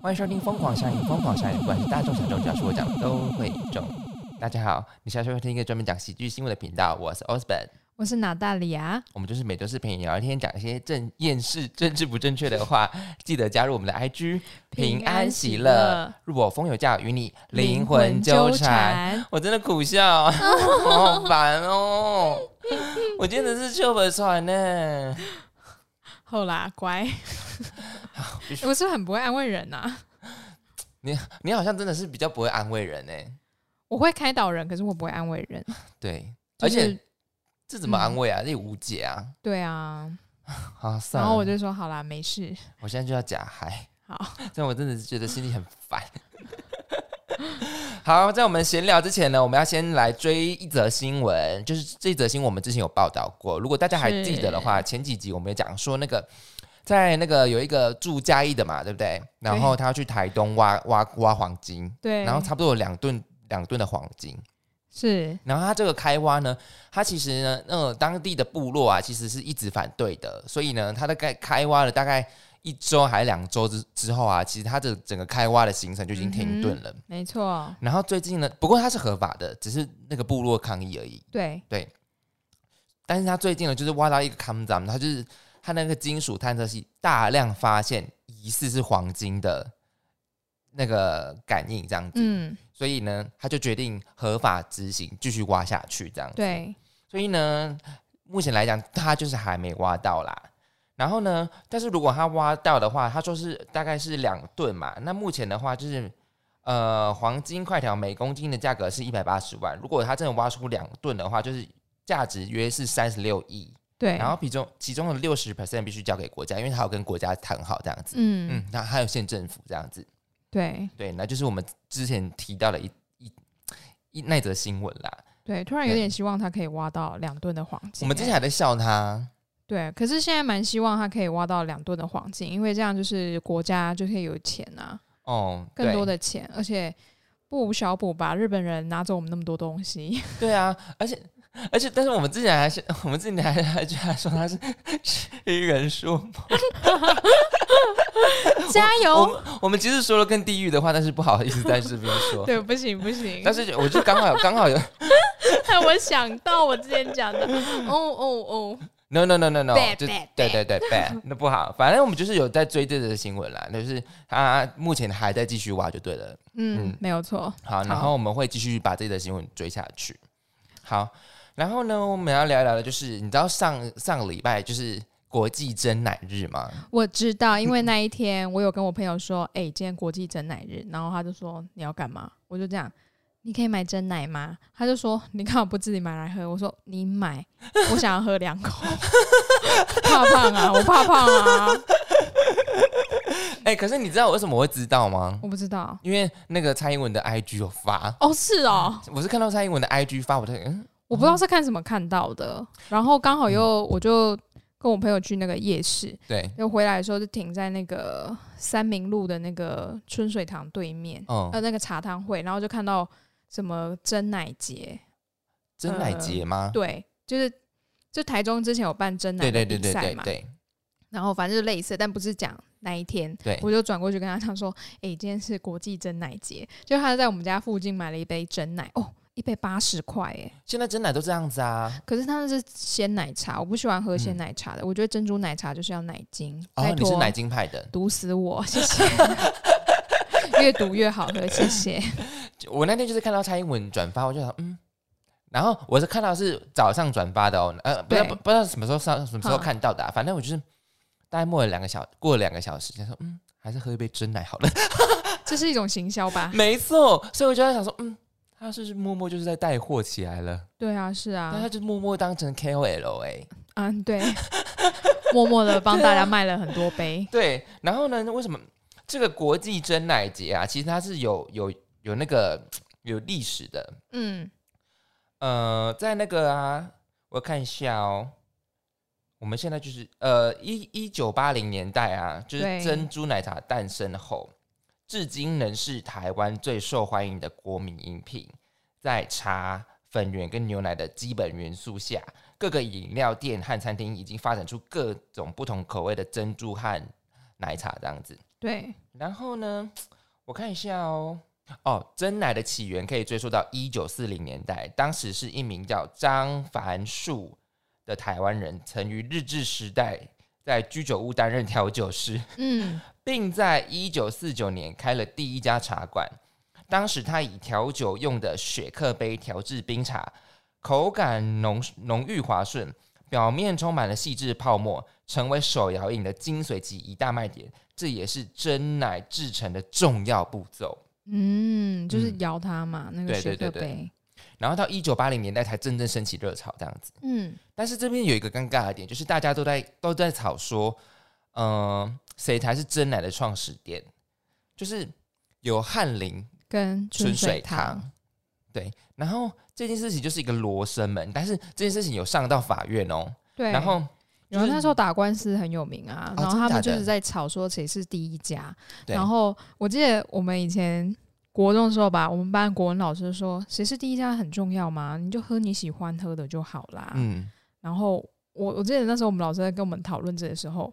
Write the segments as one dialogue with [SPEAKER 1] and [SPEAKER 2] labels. [SPEAKER 1] 欢迎收听《疯狂效应》，疯狂效应，不管是大众小众，只要是我讲的都会中。大家好，你现在收听一个专门讲喜剧新闻的频道，我是 Osborn，
[SPEAKER 2] 我是哪大里啊？
[SPEAKER 1] 我们就是每周视频聊天，讲一些正厌世、政治不正确的话。记得加入我们的 IG，平安喜乐，入我风有教，与你灵魂纠缠。，我真的苦笑，我好烦哦！我真的是笑不出来呢。
[SPEAKER 2] 后啦，乖，我是不是很不会安慰人啊呐、
[SPEAKER 1] 你好像真的是比较不会安慰人呢。
[SPEAKER 2] 我会开导人，可是我不会安慰人。
[SPEAKER 1] 对，
[SPEAKER 2] 就
[SPEAKER 1] 而
[SPEAKER 2] 是
[SPEAKER 1] 且这怎么安慰啊？这也无解啊！
[SPEAKER 2] 对啊，
[SPEAKER 1] 好，算
[SPEAKER 2] 然
[SPEAKER 1] 了。
[SPEAKER 2] 后我就说好啦，没事。
[SPEAKER 1] 我现在就要假嗨。
[SPEAKER 2] 好，
[SPEAKER 1] 但我真的是觉得心里很烦。好，在我们闲聊之前呢，我们要先来追一则新闻，就是这则新闻我们之前有报道过。如果大家还记得的话，前几集我们有讲说那个在那个有一个住嘉义的嘛，对不对？然后他要去台东挖挖挖黄金，
[SPEAKER 2] 对，
[SPEAKER 1] 然后差不多有两吨两吨的黄金。
[SPEAKER 2] 是
[SPEAKER 1] 然后他这个开挖呢，他其实呢，呃，当地的部落啊，其实是一直反对的，所以呢，他大概开挖了大概一周还两周之之后啊，其实他的整个开挖的行程就已经停顿了。
[SPEAKER 2] 没错，
[SPEAKER 1] 然后最近呢，不过他是合法的，只是那个部落抗议而已。
[SPEAKER 2] 对，
[SPEAKER 1] 但是他最近呢，就是挖到一个康藏，他就是他那个金属探测器大量发现疑似是黄金的那个感应这样子，
[SPEAKER 2] 嗯，
[SPEAKER 1] 所以呢，他就决定合法执行，继续挖下去这样子。
[SPEAKER 2] 对，
[SPEAKER 1] 所以呢，目前来讲，他就是还没挖到啦。然后呢，但是如果他挖到的话，他说是大概是两吨嘛。那目前的话，就是呃，黄金块条每公斤的价格是一百八十万。如果他真的挖出两吨的话，就是价值约是三十六亿。
[SPEAKER 2] 对，
[SPEAKER 1] 然后其中其中的六十 percent 必须交给国家，因为他有跟国家谈好这样子。
[SPEAKER 2] 嗯，
[SPEAKER 1] 嗯，那还有县政府这样子。
[SPEAKER 2] 对
[SPEAKER 1] 对，那就是我们之前提到的一一一那则新闻啦。
[SPEAKER 2] 对，突然有点希望他可以挖到两吨的黄金欸。
[SPEAKER 1] 我们之前还在笑他，
[SPEAKER 2] 对，可是现在蛮希望他可以挖到两吨的黄金，因为这样就是国家就可以有钱啊。
[SPEAKER 1] 哦，
[SPEAKER 2] 更
[SPEAKER 1] 对
[SPEAKER 2] 多的钱，而且不无小补吧。日本人拿走我们那么多 东西，
[SPEAKER 1] 对啊，而且而且，但是我们之前还是 我们之前还还居然说他是痴人说梦，
[SPEAKER 2] 加
[SPEAKER 1] 我
[SPEAKER 2] 油！
[SPEAKER 1] 们我们其实说了更地狱的话，但是不好意思在这边说。
[SPEAKER 2] 对，不行不行，
[SPEAKER 1] 但是我就刚好有刚好有
[SPEAKER 2] 害 我想到我之前 讲的，哦哦
[SPEAKER 1] no no no no no，
[SPEAKER 2] Bad,
[SPEAKER 1] 就
[SPEAKER 2] bad,
[SPEAKER 1] 对对对 bad，那不好。反正我们就是有在追这则新闻啦，就是他目前还在继续挖就对了。
[SPEAKER 2] 哦，嗯
[SPEAKER 1] 嗯，
[SPEAKER 2] 没有错，
[SPEAKER 1] 好，然
[SPEAKER 2] 好
[SPEAKER 1] 后我们会继续把这则新闻追下去。好，然后呢，我们要聊一聊的就是，你知道上上礼拜就是国际真奶日吗？
[SPEAKER 2] 我知道，因为那一天我有跟我朋友说，哎、今天国际整奶日，然后他就说你要干嘛？我就这样。你可以买真奶吗？他就说你干嘛不自己买来喝？我说你买，我想要喝两口， 怕胖啊，我怕胖啊，
[SPEAKER 1] 哎、可是你知道我为什么会知道吗？
[SPEAKER 2] 我不知道
[SPEAKER 1] 因为那个蔡英文的 IG 有发，
[SPEAKER 2] 哦，是哦，
[SPEAKER 1] 我是看到蔡英文的 IG 发，我就嗯，
[SPEAKER 2] 我不知道是看什么看到的，然后刚好又我就跟我朋友去那个夜市，
[SPEAKER 1] 对，
[SPEAKER 2] 又回来的时候就停在那个三明路的那个春水堂对面，
[SPEAKER 1] 嗯，
[SPEAKER 2] 呃，那个茶汤会，然后就看到什么真奶节，
[SPEAKER 1] 真奶节吗？
[SPEAKER 2] 对，就是就台中之前有办真奶
[SPEAKER 1] 对对
[SPEAKER 2] 的
[SPEAKER 1] 对
[SPEAKER 2] 比
[SPEAKER 1] 对
[SPEAKER 2] 赛
[SPEAKER 1] 对
[SPEAKER 2] 嘛，
[SPEAKER 1] 对
[SPEAKER 2] 然后反正就类似，但不是讲那一天，
[SPEAKER 1] 对
[SPEAKER 2] 我就转过去跟他讲说，诶，今天是国际真奶节，就他在我们家附近买了一杯真奶，哦，一杯八十块，诶。
[SPEAKER 1] 现在真奶都这样子啊。
[SPEAKER 2] 可是他们是鲜奶茶，我不喜欢喝鲜奶茶的。我觉得珍珠奶茶就是要奶精，
[SPEAKER 1] 嗯哦
[SPEAKER 2] 拜，
[SPEAKER 1] 你是
[SPEAKER 2] 托，
[SPEAKER 1] 奶精派的，
[SPEAKER 2] 毒死我，谢谢。 越毒越好喝，谢谢。
[SPEAKER 1] 就我那天就是看到蔡英文转发，我就想嗯，然后我是看到是早上转发的哦，呃，不知道
[SPEAKER 2] 对
[SPEAKER 1] 不不知道什么时候上什么时候
[SPEAKER 2] 嗯
[SPEAKER 1] 看到的啊、反正我就是大概过了两个小过了两个小时，想说嗯，还是喝一杯真奶好了。
[SPEAKER 2] 这是一种行销吧？
[SPEAKER 1] 没错，所以我就在想说嗯，他是不是默默就是在带货起来了。
[SPEAKER 2] 对啊，是
[SPEAKER 1] 但
[SPEAKER 2] 啊
[SPEAKER 1] 他，就默默当成 KOL 哎、
[SPEAKER 2] 嗯，对，默默的帮大家卖了很多 杯。
[SPEAKER 1] 对，然后呢，为什么这个国际真奶节啊，其实它是有有有那个有历史的，
[SPEAKER 2] 嗯，
[SPEAKER 1] 呃，在那个啊，我看一下哦，我们现在就是呃一一九八零年代啊，就是
[SPEAKER 2] 对
[SPEAKER 1] 珍珠奶茶诞生后，至今仍是台湾最受欢迎的国民饮品，在茶。粉圆跟牛奶的基本元素下，各个饮料店和餐厅已经发展出各种不同口味的珍珠和奶茶这样子。
[SPEAKER 2] 对，
[SPEAKER 1] 然后呢，我看一下哦，哦，真奶的起源可以追溯到一九四零年代，当时是一名叫张凡树的台湾人，曾于日治时代在居酒屋担任调酒师，
[SPEAKER 2] 嗯，
[SPEAKER 1] 并在一九四九年开了第一家茶馆。当时他以调酒用的雪克杯调制冰茶，口感浓浓郁滑顺，表面充满了细致泡沫，成为手摇饮的精髓及一大卖点。这也是真奶制成的重要步骤。
[SPEAKER 2] 嗯，就是
[SPEAKER 1] 嗯
[SPEAKER 2] 摇它嘛，那个
[SPEAKER 1] 对
[SPEAKER 2] 雪
[SPEAKER 1] 对
[SPEAKER 2] 克
[SPEAKER 1] 对对
[SPEAKER 2] 杯，
[SPEAKER 1] 然后到一九八零年代才真正升起热潮这样子。
[SPEAKER 2] 嗯，
[SPEAKER 1] 但是这边有一个尴尬的点，就是大家都在都在吵说，嗯、谁才是真奶的创始店？就是有翰林
[SPEAKER 2] 跟
[SPEAKER 1] 春水
[SPEAKER 2] 水
[SPEAKER 1] 堂。对，然后这件事情就是一个罗生门，但是这件事情有上到法院哦。
[SPEAKER 2] 对，
[SPEAKER 1] 然后
[SPEAKER 2] 然
[SPEAKER 1] 就是
[SPEAKER 2] 后那时候打官司很有名啊，
[SPEAKER 1] 哦
[SPEAKER 2] 然后
[SPEAKER 1] 真的
[SPEAKER 2] 他们
[SPEAKER 1] 假
[SPEAKER 2] 就
[SPEAKER 1] 的
[SPEAKER 2] 是在吵说谁是第一家。
[SPEAKER 1] 对
[SPEAKER 2] 然后我记得我们以前国中的时候吧，我们班国文老师说谁是第一家很重要吗？你就喝你喜欢喝的就好啦。
[SPEAKER 1] 嗯，
[SPEAKER 2] 然后我我记得那时候我们老师在跟我们讨论这个时候。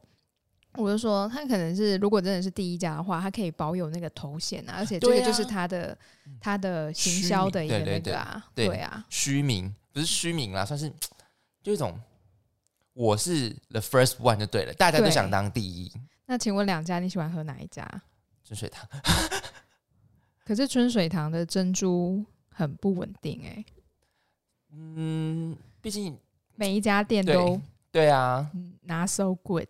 [SPEAKER 2] 我就说，他可能是如果真的是第一家的话，他可以保有那个头衔啊，而且这
[SPEAKER 1] 对
[SPEAKER 2] 个
[SPEAKER 1] 啊
[SPEAKER 2] 就是他的、他的行销的一
[SPEAKER 1] 嗯
[SPEAKER 2] 个
[SPEAKER 1] 虚名
[SPEAKER 2] 那
[SPEAKER 1] 对对
[SPEAKER 2] 个啊，
[SPEAKER 1] 对对
[SPEAKER 2] 啊，
[SPEAKER 1] 虚名不是虚名啦，算是就一种我是 the first one 就对了，大家都
[SPEAKER 2] 对
[SPEAKER 1] 想当第一。
[SPEAKER 2] 那请问两家你喜欢喝哪一家？
[SPEAKER 1] 春水堂
[SPEAKER 2] 可是春水堂的珍珠很不稳定哎、
[SPEAKER 1] 嗯，毕竟
[SPEAKER 2] 每一家店
[SPEAKER 1] 对
[SPEAKER 2] 都
[SPEAKER 1] 对啊，
[SPEAKER 2] 嗯拿 so good，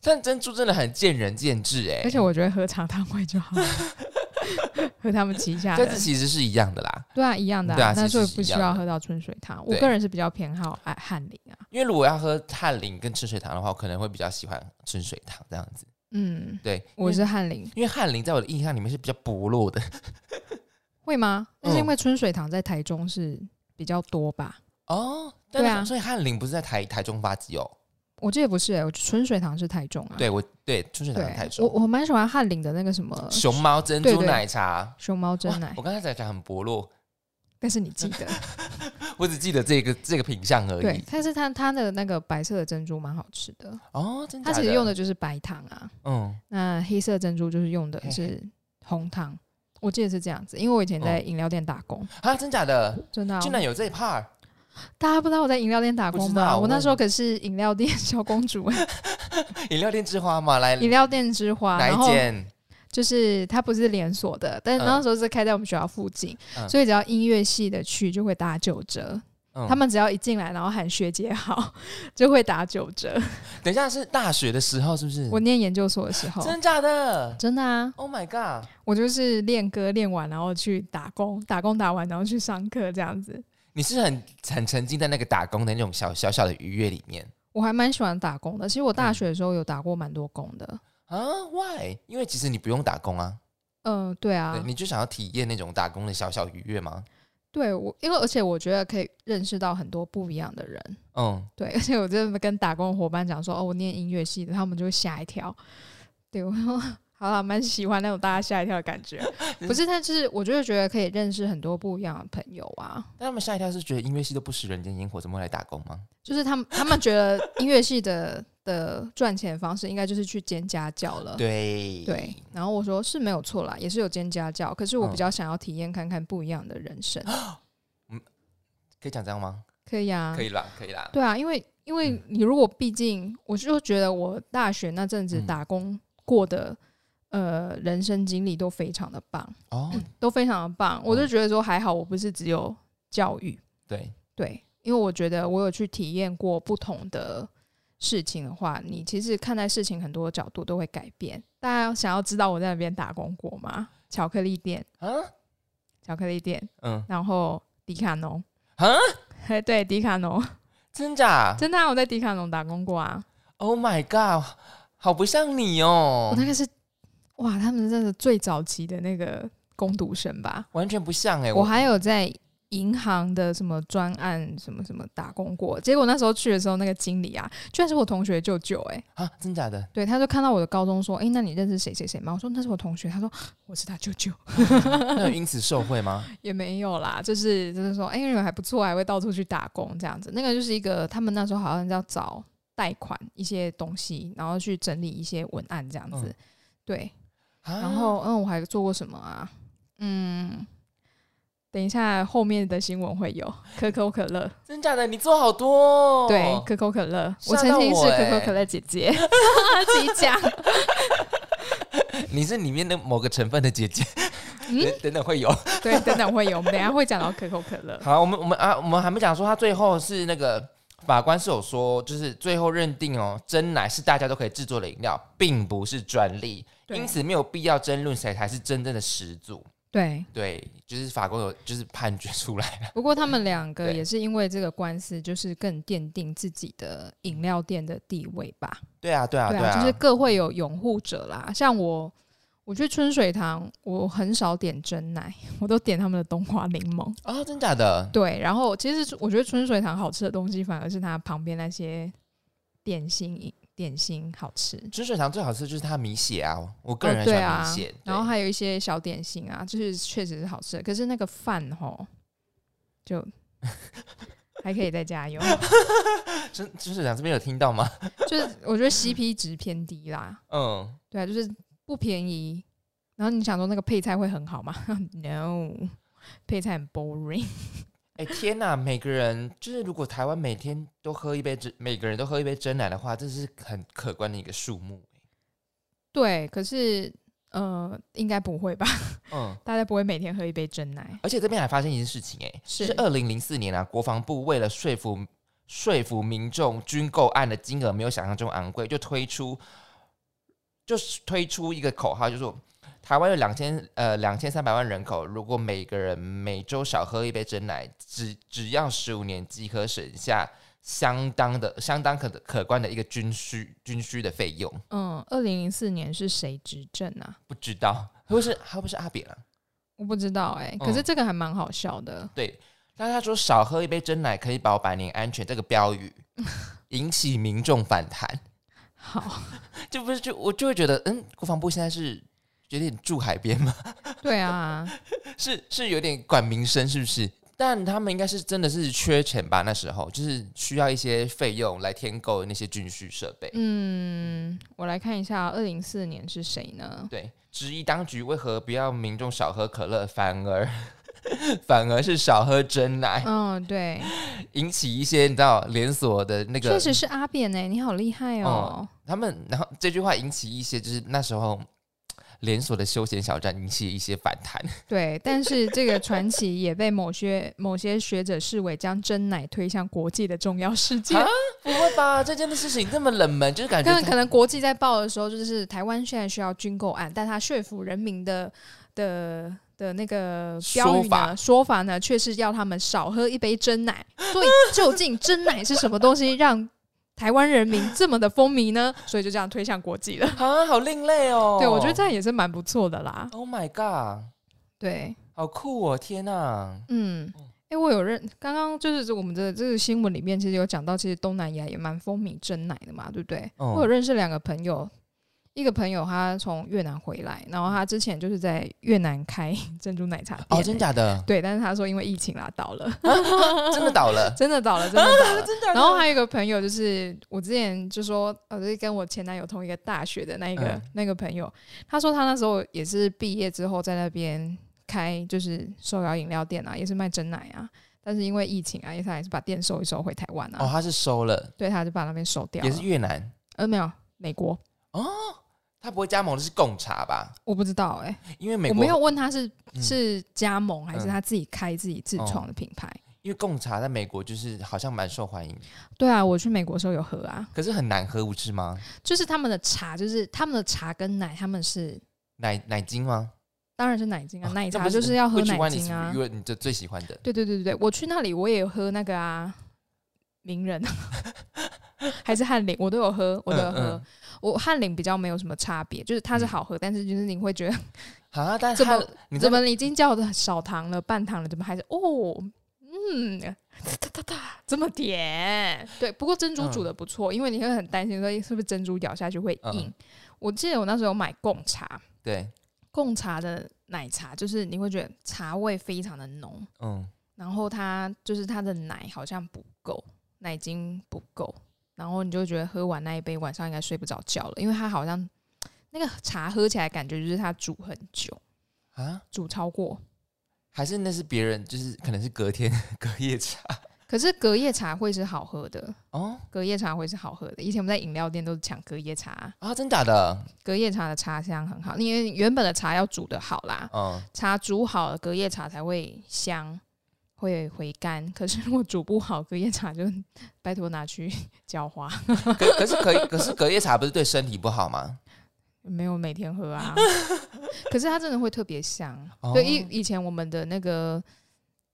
[SPEAKER 1] 但珍珠真的很见仁见智哎、
[SPEAKER 2] 而且我觉得喝茶汤会 就好了，和他们旗下
[SPEAKER 1] 但
[SPEAKER 2] 的
[SPEAKER 1] 这其实是一样的啦，
[SPEAKER 2] 对啊一样的、
[SPEAKER 1] 对啊
[SPEAKER 2] 那
[SPEAKER 1] 其
[SPEAKER 2] 所
[SPEAKER 1] 实
[SPEAKER 2] 以
[SPEAKER 1] 是
[SPEAKER 2] 不
[SPEAKER 1] 一
[SPEAKER 2] 需
[SPEAKER 1] 样的
[SPEAKER 2] 要喝到春水堂。我
[SPEAKER 1] 对
[SPEAKER 2] 个人是比较偏好爱翰林啊，
[SPEAKER 1] 因为如果要喝翰林跟春水堂的话，我可能会比较喜欢春水堂这样子。
[SPEAKER 2] 嗯，
[SPEAKER 1] 对，
[SPEAKER 2] 我
[SPEAKER 1] 因为
[SPEAKER 2] 是翰林，
[SPEAKER 1] 因为翰林在我的印象里面是比较薄弱的
[SPEAKER 2] 会吗？那是因
[SPEAKER 1] 嗯
[SPEAKER 2] 为春水堂在台中是比较多吧？
[SPEAKER 1] 哦，
[SPEAKER 2] 对啊
[SPEAKER 1] 但是所以翰林不是在台台中发迹哦，
[SPEAKER 2] 我记得不是、欸，我春水堂是台中啊。
[SPEAKER 1] 对我对春水堂
[SPEAKER 2] 对
[SPEAKER 1] 在台，
[SPEAKER 2] 我
[SPEAKER 1] 中，
[SPEAKER 2] 我蛮喜欢翰林的那个什么
[SPEAKER 1] 熊猫珍
[SPEAKER 2] 对
[SPEAKER 1] 珠
[SPEAKER 2] 对
[SPEAKER 1] 奶茶，
[SPEAKER 2] 熊猫
[SPEAKER 1] 哇
[SPEAKER 2] 真奶
[SPEAKER 1] 我，刚才在讲很薄弱，
[SPEAKER 2] 但是你记 得。
[SPEAKER 1] 我只记得这个这个品相而
[SPEAKER 2] 对
[SPEAKER 1] 已，。
[SPEAKER 2] 但是它它的那个白色的珍珠蛮好吃的，
[SPEAKER 1] 哦，真的
[SPEAKER 2] 它
[SPEAKER 1] 假
[SPEAKER 2] 其实用的就是白糖啊，
[SPEAKER 1] 嗯
[SPEAKER 2] 那黑色珍珠就是用的是红糖，我记得是这样子，因为我以前在饮料店打工，
[SPEAKER 1] 啊，哦真假的，
[SPEAKER 2] 真的啊、
[SPEAKER 1] 竟然有这一 part，
[SPEAKER 2] 大家不知道我在饮料店打工
[SPEAKER 1] 不知道
[SPEAKER 2] 吗？
[SPEAKER 1] 我
[SPEAKER 2] 我那时候可是饮料店 小公主，
[SPEAKER 1] 饮料店之花嘛，来
[SPEAKER 2] 饮料店之花，
[SPEAKER 1] 哪
[SPEAKER 2] 然
[SPEAKER 1] 一
[SPEAKER 2] 后
[SPEAKER 1] 间？
[SPEAKER 2] 就是它不是连锁的，但是
[SPEAKER 1] 嗯
[SPEAKER 2] 那时候是开在我们学校附近，
[SPEAKER 1] 嗯
[SPEAKER 2] 所以只要音乐系的去就会打九折，
[SPEAKER 1] 嗯
[SPEAKER 2] 他们只要一进来然后喊学姐好，就会打九折。
[SPEAKER 1] 等一下是大学的时候是不是？
[SPEAKER 2] 我念研究所的时候，
[SPEAKER 1] 真假的
[SPEAKER 2] 真的啊，
[SPEAKER 1] ？Oh my god！
[SPEAKER 2] 我就是练歌练完，然后去打工，打工打完，然后去上课这样子。
[SPEAKER 1] 你是很很沉浸在那个打工的那种小小小的愉悦里面
[SPEAKER 2] 我还蛮喜欢打工的。其实我
[SPEAKER 1] 嗯
[SPEAKER 2] 大学的时候有打过蛮多工的。
[SPEAKER 1] 啊？Why？因为其实你不用打工啊，
[SPEAKER 2] 嗯、对啊
[SPEAKER 1] 对，，你就想要体验那种打工的小小愉悦吗？
[SPEAKER 2] 对我，因为而且我觉得可以认识到很多不一样的人。
[SPEAKER 1] 嗯，
[SPEAKER 2] 对， 而且我真的跟打工的伙伴讲说，哦，我念音乐系的，他们就会吓一跳。对我说，好了，蛮喜欢那种大家吓一跳的感 觉。不是，但是我就会觉得可以认识很多不一样的朋友啊。
[SPEAKER 1] 但他们吓一跳是觉得音乐系都不食人间烟火，怎么会来打工吗？
[SPEAKER 2] 就是他们他们觉得音乐系的的赚钱方式应该就是去兼家 教了。
[SPEAKER 1] 对
[SPEAKER 2] 呃对，然后我说是没有错啦，也是有兼家教，可是我比
[SPEAKER 1] 嗯
[SPEAKER 2] 较想要体验看看不一样的人生，
[SPEAKER 1] 可以讲这样吗？
[SPEAKER 2] 可以啊，
[SPEAKER 1] 可以嗯啦，可以啦。
[SPEAKER 2] 对啊，因为因为你如果毕竟，我就觉得我大学那阵子
[SPEAKER 1] 嗯
[SPEAKER 2] 打工过的、呃人生经历都非常的棒，
[SPEAKER 1] 哦，
[SPEAKER 2] 都非常的棒，我就觉得说还好我不是只有教育，
[SPEAKER 1] 对，
[SPEAKER 2] 对，因为我觉得我有去体验过不同的事情的话，你其实看待事情很多角度都会改变。大家想要知道我在那边打工过吗？巧克力店，
[SPEAKER 1] 啊，
[SPEAKER 2] 巧克力店，
[SPEAKER 1] 嗯，
[SPEAKER 2] 然后迪卡侬，
[SPEAKER 1] 啊，
[SPEAKER 2] 对，迪卡侬，
[SPEAKER 1] 真假
[SPEAKER 2] 真的啊、我在迪卡侬打工过啊。
[SPEAKER 1] ？Oh my god，好不像你
[SPEAKER 2] 我
[SPEAKER 1] 哦，
[SPEAKER 2] 大概是，哇，他们真的最早期的那个工读生吧。
[SPEAKER 1] 完全不像哎、
[SPEAKER 2] 我还有在银行的什么专案什么什么打工过，结果那时候去的时候，那个经理啊，居然是我同学舅舅、欸，
[SPEAKER 1] 啊，真假的？
[SPEAKER 2] 对，他就看到我的高中说：“诶，那你认识谁谁谁吗？”我说：“那是我同学。”他说：“我是他舅舅。
[SPEAKER 1] 那有因此受贿吗？”
[SPEAKER 2] 也没有啦，就是就是说，哎、你们还不错，还会到处去打工这样子。那个就是一个他们那时候好像要找贷款一些东西，然后去整理一些文案这样子。
[SPEAKER 1] 嗯
[SPEAKER 2] 对，
[SPEAKER 1] 啊
[SPEAKER 2] 然后嗯，我还做过什么啊？嗯，等一下后面的新闻会有可口可乐，
[SPEAKER 1] 真假的，你做好多、哦，
[SPEAKER 2] 对，可口可乐，我
[SPEAKER 1] 吓
[SPEAKER 2] 曾
[SPEAKER 1] 到
[SPEAKER 2] 经
[SPEAKER 1] 我
[SPEAKER 2] 是可
[SPEAKER 1] 欸
[SPEAKER 2] 口可乐姐姐， 自己讲，
[SPEAKER 1] 你是里面的某个成分的姐姐，
[SPEAKER 2] 嗯
[SPEAKER 1] 等等等会有。
[SPEAKER 2] 对，等等会有，我们等一下会讲到可口可乐，
[SPEAKER 1] 好，我们我们啊，我们还没讲说他最后是那个法官是有说，就是最后认定哦，真奶是大家都可以制作的饮料，并不是专利，
[SPEAKER 2] 对
[SPEAKER 1] 因此没有必要争论谁才是真正的始祖。
[SPEAKER 2] 对，
[SPEAKER 1] 对，就是法官有就是判决出来了，
[SPEAKER 2] 不过他们两个
[SPEAKER 1] 对
[SPEAKER 2] 也是因为这个官司，就是更奠定自己的饮料店的地位吧。
[SPEAKER 1] 对啊，对啊，
[SPEAKER 2] 对
[SPEAKER 1] 对啊，
[SPEAKER 2] 就是各会有拥护者啦。像我，我去春水堂，我很少点真奶， 我都点他们的冬瓜柠檬。
[SPEAKER 1] 啊、真假的，
[SPEAKER 2] 对，然后其实我觉得春水堂好吃的东西，反而是它旁边那些点心饮点心好吃。
[SPEAKER 1] 春水堂最好吃的就是它的米血啊，我个
[SPEAKER 2] 哦
[SPEAKER 1] 人很喜
[SPEAKER 2] 对
[SPEAKER 1] 欢
[SPEAKER 2] 啊
[SPEAKER 1] 米血，，
[SPEAKER 2] 然后
[SPEAKER 1] 对
[SPEAKER 2] 还有一些小点心啊，就是确实是好吃的。可是那个饭吼，就还可以再 加油。
[SPEAKER 1] 春春水堂这边有听到吗？
[SPEAKER 2] 就是我觉得 CP 值偏低啦，
[SPEAKER 1] 嗯，
[SPEAKER 2] 对啊，就是不便宜。然后你想说那个配菜会很好吗？No，配 菜很 boring。
[SPEAKER 1] 哎、天呐，每个人就是如果台湾每天都喝一杯真，每个人都喝一杯真奶的话，这是很可观的一个数目、
[SPEAKER 2] 对，可是呃，应该不会吧？
[SPEAKER 1] 嗯，
[SPEAKER 2] 大家不会每天喝一杯真奶。
[SPEAKER 1] 而且这边还发现一件事情、哎，
[SPEAKER 2] 是
[SPEAKER 1] 就是二零零四年啊，国防部为了说服说服民众军购案的金额没有想象中昂贵，就推出就是推出一个口号，就是台湾有两千呃两千三百万人口，如果每个人每周少喝一杯真奶，只只要十五年即可省下。相当的、相当可可观的一个军需军需的费用，
[SPEAKER 2] 嗯，二零零四年是谁执政啊？
[SPEAKER 1] 不知道会不会是会不会是阿扁啊？
[SPEAKER 2] 我不知道哎、可是这个还蛮好笑的。
[SPEAKER 1] 对，但他说少喝一杯真奶可以保百年安全这个标语， 引起民众反弹，
[SPEAKER 2] 好，
[SPEAKER 1] 这不是就我就会觉得，嗯，国防部现在是有点住海边吗？
[SPEAKER 2] 对啊，
[SPEAKER 1] 是是有点管民生是不是？但他们应该是真的是缺钱吧？那时候就是需要一些费用来添购那些军需设备。
[SPEAKER 2] 嗯，我来看一下二零四年是谁呢？
[SPEAKER 1] 对，质疑当局为何不要民众少喝可乐，反而 反而是少喝真奶，
[SPEAKER 2] 嗯，对，
[SPEAKER 1] 引起一些你知道连锁的那个
[SPEAKER 2] 确实是阿扁哎、你好厉害哦
[SPEAKER 1] 哦他们，然后这句话引起一些就是那时候连锁的休闲小站引起一些反弹。
[SPEAKER 2] 对，但是这个传奇也被某些某些学者视为将真奶推向国际的重要事件
[SPEAKER 1] 啊。 不会吧？这件事情这么冷门，就是感觉
[SPEAKER 2] 但可能国际在报的时候，就是台湾现在需要军购案，但他说服人民的的的那个标语
[SPEAKER 1] 说
[SPEAKER 2] 呢
[SPEAKER 1] 法
[SPEAKER 2] 说法呢，却是要他们少喝一杯真奶。所以究竟真奶是什么东西，让台湾人民这么的风靡呢？所以就这样推向国际了。
[SPEAKER 1] 啊，好另类哦。
[SPEAKER 2] 对，我觉得这样也是蛮不错的啦。
[SPEAKER 1] Oh my god，
[SPEAKER 2] 对，
[SPEAKER 1] 好酷哦！天哪，
[SPEAKER 2] 嗯，哎、我有认，刚刚就是我们的这个新闻里面，其实有讲到，其实东南亚也蛮风靡真奶的嘛，对不对？
[SPEAKER 1] 嗯
[SPEAKER 2] 我有认识两个朋友，一个朋友他从越南回来，然后他之前就是在越南开 珍珠奶茶店、
[SPEAKER 1] 哦，真？假的，
[SPEAKER 2] 对，但是他说因为疫情啦倒了，
[SPEAKER 1] 真的倒 了。
[SPEAKER 2] 真的 倒了，真的倒了。然后还有一个朋友，就是我之前就说，呃，就是跟我前男友同一个大学的那一个、
[SPEAKER 1] 嗯
[SPEAKER 2] 那个朋友，他说他那时候也是毕业之后在那边开就是手摇饮料店啊，也是卖真奶啊，但是因为疫情啊，也是还是把店收一收回台湾啊，
[SPEAKER 1] 哦，他是收了，
[SPEAKER 2] 对，他就把那边收掉了
[SPEAKER 1] 也是越南，
[SPEAKER 2] 呃，没有美国，
[SPEAKER 1] 他不会加盟的是贡茶吧？
[SPEAKER 2] 我不知道哎、
[SPEAKER 1] 因为美
[SPEAKER 2] 我
[SPEAKER 1] 国
[SPEAKER 2] 没有问他是
[SPEAKER 1] 嗯
[SPEAKER 2] 是加盟还是
[SPEAKER 1] 嗯
[SPEAKER 2] 他自己开自己自创的品牌。
[SPEAKER 1] 因为贡茶在美国就是好像蛮受欢迎，
[SPEAKER 2] 对啊，我去美国的时候有喝啊，
[SPEAKER 1] 可是很难喝，不是吗？
[SPEAKER 2] 就是他们的茶，就是他们的茶跟奶，他们是
[SPEAKER 1] 奶奶精吗？
[SPEAKER 2] 当然是奶精啊，
[SPEAKER 1] 哦
[SPEAKER 2] 奶
[SPEAKER 1] 这
[SPEAKER 2] 茶
[SPEAKER 1] 不
[SPEAKER 2] 就是要喝
[SPEAKER 1] Which
[SPEAKER 2] 奶
[SPEAKER 1] one
[SPEAKER 2] 精
[SPEAKER 1] is
[SPEAKER 2] 啊。
[SPEAKER 1] your- 你最最喜欢的
[SPEAKER 2] 对对对对对，我去那里我也有喝那个啊，名人啊 还是翰林，我都有喝，我都有喝。
[SPEAKER 1] 嗯嗯
[SPEAKER 2] 我翰林比较没有什么差别，就是它是
[SPEAKER 1] 嗯
[SPEAKER 2] 好喝，但是就是你会觉得
[SPEAKER 1] 啊？但是
[SPEAKER 2] 怎
[SPEAKER 1] 他
[SPEAKER 2] 么
[SPEAKER 1] 你这
[SPEAKER 2] 怎么已经叫的少糖了、半糖了，怎么还是哦，嗯， 哒哒哒，这么甜。对，不过珍珠煮的不错，因为你会很担心说诶是不是珍珠咬下去会
[SPEAKER 1] 嗯
[SPEAKER 2] 硬。我记得我那时候有买贡茶，
[SPEAKER 1] 对，
[SPEAKER 2] 贡茶的奶茶就是你会觉得茶味非常的浓，
[SPEAKER 1] 嗯，
[SPEAKER 2] 然后它就是它的奶好像不够，奶精不够，然后你就觉得喝完那一杯晚上应该睡不着觉了，因为它好像那个茶喝起来感觉就是它煮很久，
[SPEAKER 1] 啊，
[SPEAKER 2] 煮超过。
[SPEAKER 1] 还是那是别人，就是可能是隔天 隔夜茶
[SPEAKER 2] 可是隔夜茶会是好喝的，
[SPEAKER 1] 哦
[SPEAKER 2] 隔夜茶会是好喝的。以前我们在饮料店都是抢隔夜茶，
[SPEAKER 1] 啊，真假的，
[SPEAKER 2] 隔夜茶的茶香很好，因为原本的茶要煮的好啦，
[SPEAKER 1] 嗯，
[SPEAKER 2] 茶煮好了隔夜茶才会香，会回甘。可是如果煮不好，隔夜茶就 拜托拿去 浇花，
[SPEAKER 1] 可可是可以，可是隔夜茶不是对身体不好吗？
[SPEAKER 2] 没有每天 喝啊。可是它真的会特别香。
[SPEAKER 1] 哦
[SPEAKER 2] 对，以以前我们的那个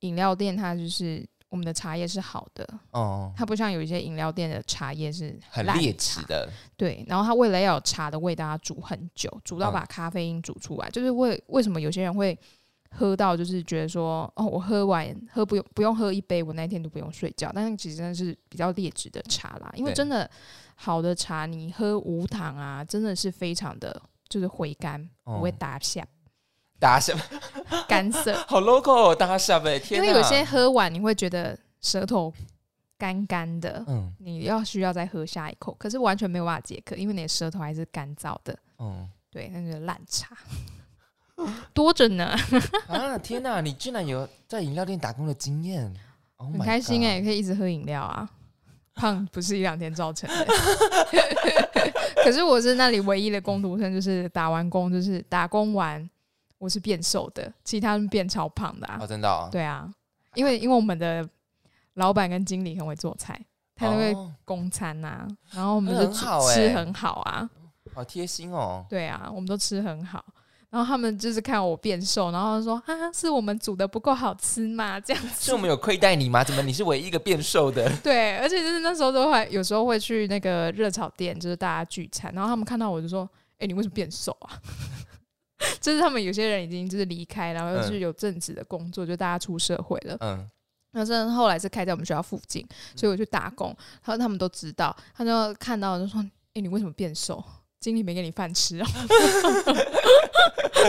[SPEAKER 2] 饮料店，它就是我们的茶叶是好的，
[SPEAKER 1] 哦、
[SPEAKER 2] 它不像有一些饮料店的茶叶是
[SPEAKER 1] 很
[SPEAKER 2] 烂
[SPEAKER 1] 劣
[SPEAKER 2] 茶
[SPEAKER 1] 质的，
[SPEAKER 2] 对，然后它为了要有茶的味道，它煮很久，煮
[SPEAKER 1] 嗯
[SPEAKER 2] 到把咖啡因煮出来，就是为为什么有些人会喝到，就是觉得说，哦，我喝完喝不用不用喝一杯，我那天都不用睡觉。但是其实真的是比较劣质的茶啦，因为
[SPEAKER 1] 对
[SPEAKER 2] 真的好的茶，你喝无糖啊，真的是非常的就是回甘，不会
[SPEAKER 1] 哦
[SPEAKER 2] 打下
[SPEAKER 1] 搭下
[SPEAKER 2] 干涩，
[SPEAKER 1] 好 local 哦搭下呗，
[SPEAKER 2] 因
[SPEAKER 1] 天
[SPEAKER 2] 为
[SPEAKER 1] 哪，
[SPEAKER 2] 有些喝完你会觉得舌头干干的。
[SPEAKER 1] 嗯
[SPEAKER 2] 你要需要再喝下一口，可是完全没有办法解渴，因为你的舌头还是干燥的。
[SPEAKER 1] 嗯
[SPEAKER 2] 对，那就是烂 茶，多着呢，
[SPEAKER 1] 啊，天哪，你居然有在饮料店打工的经验，oh、
[SPEAKER 2] 很开心哎、可以一直喝饮料啊。胖不是一两天造成的， 可是我是那里唯一的工读生，就是打完工，就是打工完我是变瘦的，其他人变超胖的啊
[SPEAKER 1] 哦，。真的、哦，
[SPEAKER 2] 对啊，因为因为我们的老板跟经理很会做菜，他都会
[SPEAKER 1] 哦、
[SPEAKER 2] 供餐呐、啊，然后我们
[SPEAKER 1] 那
[SPEAKER 2] 就
[SPEAKER 1] 很
[SPEAKER 2] 吃
[SPEAKER 1] 好欸
[SPEAKER 2] 吃很好啊。
[SPEAKER 1] 好贴心哦，
[SPEAKER 2] 对啊，我们都吃很好。然后他们就是看我变瘦，然后说啊，是我们煮的不够好吃嘛，这样
[SPEAKER 1] 是
[SPEAKER 2] 子
[SPEAKER 1] 我。们有亏待你吗？怎么你是唯一一个变瘦的？
[SPEAKER 2] 对，而且就是那时候都还有时候会去那个热炒店，就是大家聚餐，然后他们看到我就说，哎、你为什么变瘦啊？ 就是他们有些人已经就是离开，然后就是有正职的工作，就大家出社会了。
[SPEAKER 1] 嗯，
[SPEAKER 2] 那真的后来是开在我们学校附近，所以我去打工，然后他们都知道，他就看到就说：“哎、你为什么变瘦？经理没给你饭吃哦。”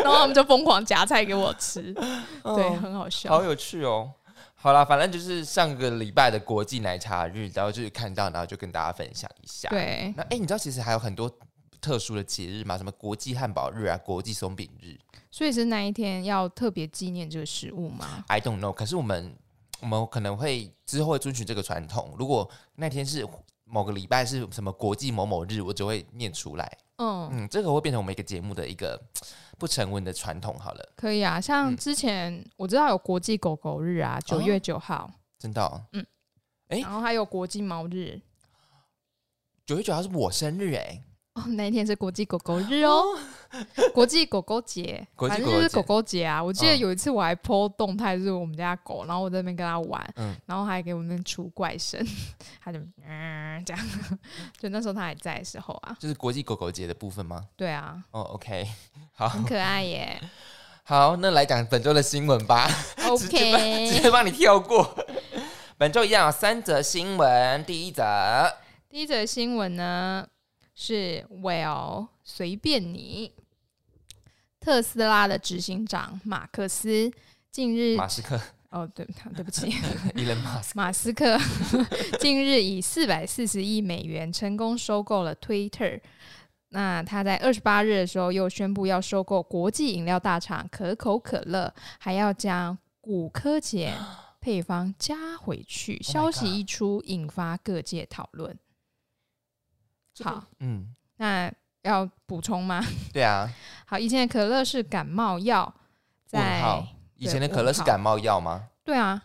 [SPEAKER 2] 然后他们就疯狂夹菜给我吃，对，啊
[SPEAKER 1] 哦
[SPEAKER 2] 很好笑
[SPEAKER 1] 好。有趣哦。好啦，反正就是上个礼拜的国际奶茶日，然后就是看到，然后就跟大家分享一下。，
[SPEAKER 2] 对，
[SPEAKER 1] 那哎、诶你知道其实还有很多特殊的节日吗？什么国际汉堡日啊，国际松饼日
[SPEAKER 2] 所以是那一天要特别纪念这个食物吗？
[SPEAKER 1] ，I don't know。可是我们我们可能会之后会遵循这个传统，如果那天是某个礼拜是什么国际某某日，我就会念出来。
[SPEAKER 2] 嗯，
[SPEAKER 1] 嗯，这个会变成我们一个节目的一个不成文的传统。好了，
[SPEAKER 2] 可以啊。像
[SPEAKER 1] 嗯
[SPEAKER 2] 之前我知道有国际狗狗日啊，九月九号，
[SPEAKER 1] 真的、哦，诶
[SPEAKER 2] 然后还有国际猫日，
[SPEAKER 1] 九月九号是我生日哎、
[SPEAKER 2] 哦，那一天是国际狗狗日哦，国际狗狗节，
[SPEAKER 1] 国际
[SPEAKER 2] 反正
[SPEAKER 1] 狗狗
[SPEAKER 2] 就是
[SPEAKER 1] 节
[SPEAKER 2] 狗狗节啊。我记得
[SPEAKER 1] 嗯
[SPEAKER 2] 有一次我还 PO 动态，就是我们家狗，然后我在那边跟它玩，
[SPEAKER 1] 嗯
[SPEAKER 2] 然后还给我们那边出怪声， 它就嗯 这样。就那时候它还在的时候啊，
[SPEAKER 1] 就是国际狗狗节的部分吗？
[SPEAKER 2] 对啊，
[SPEAKER 1] 哦，OK，好
[SPEAKER 2] 很可爱耶。
[SPEAKER 1] 好，那来讲本周的新闻吧， 直接直
[SPEAKER 2] OK，
[SPEAKER 1] 接帮你跳过。 本周一样有三则新闻，第一则，
[SPEAKER 2] 第一则新闻呢是 Well 随便你，特斯拉的执行长马克思近日
[SPEAKER 1] 马斯克
[SPEAKER 2] 哦对对不起。
[SPEAKER 1] ，Elon Musk，
[SPEAKER 2] 马斯克 近日以四百四十亿美元成功收购了 Twitter。那他在二十八日的时候又宣布要收购国际饮料大厂可口可乐，还要将骨科碱配方加回去。
[SPEAKER 1] my
[SPEAKER 2] 消息
[SPEAKER 1] God
[SPEAKER 2] 一出，引发各界讨论。好，
[SPEAKER 1] 嗯，
[SPEAKER 2] 那要补充吗？
[SPEAKER 1] 对啊，
[SPEAKER 2] 好，以前的可乐是感冒药，
[SPEAKER 1] 问
[SPEAKER 2] 在
[SPEAKER 1] 号，以前的可乐是感冒药吗？
[SPEAKER 2] 对啊，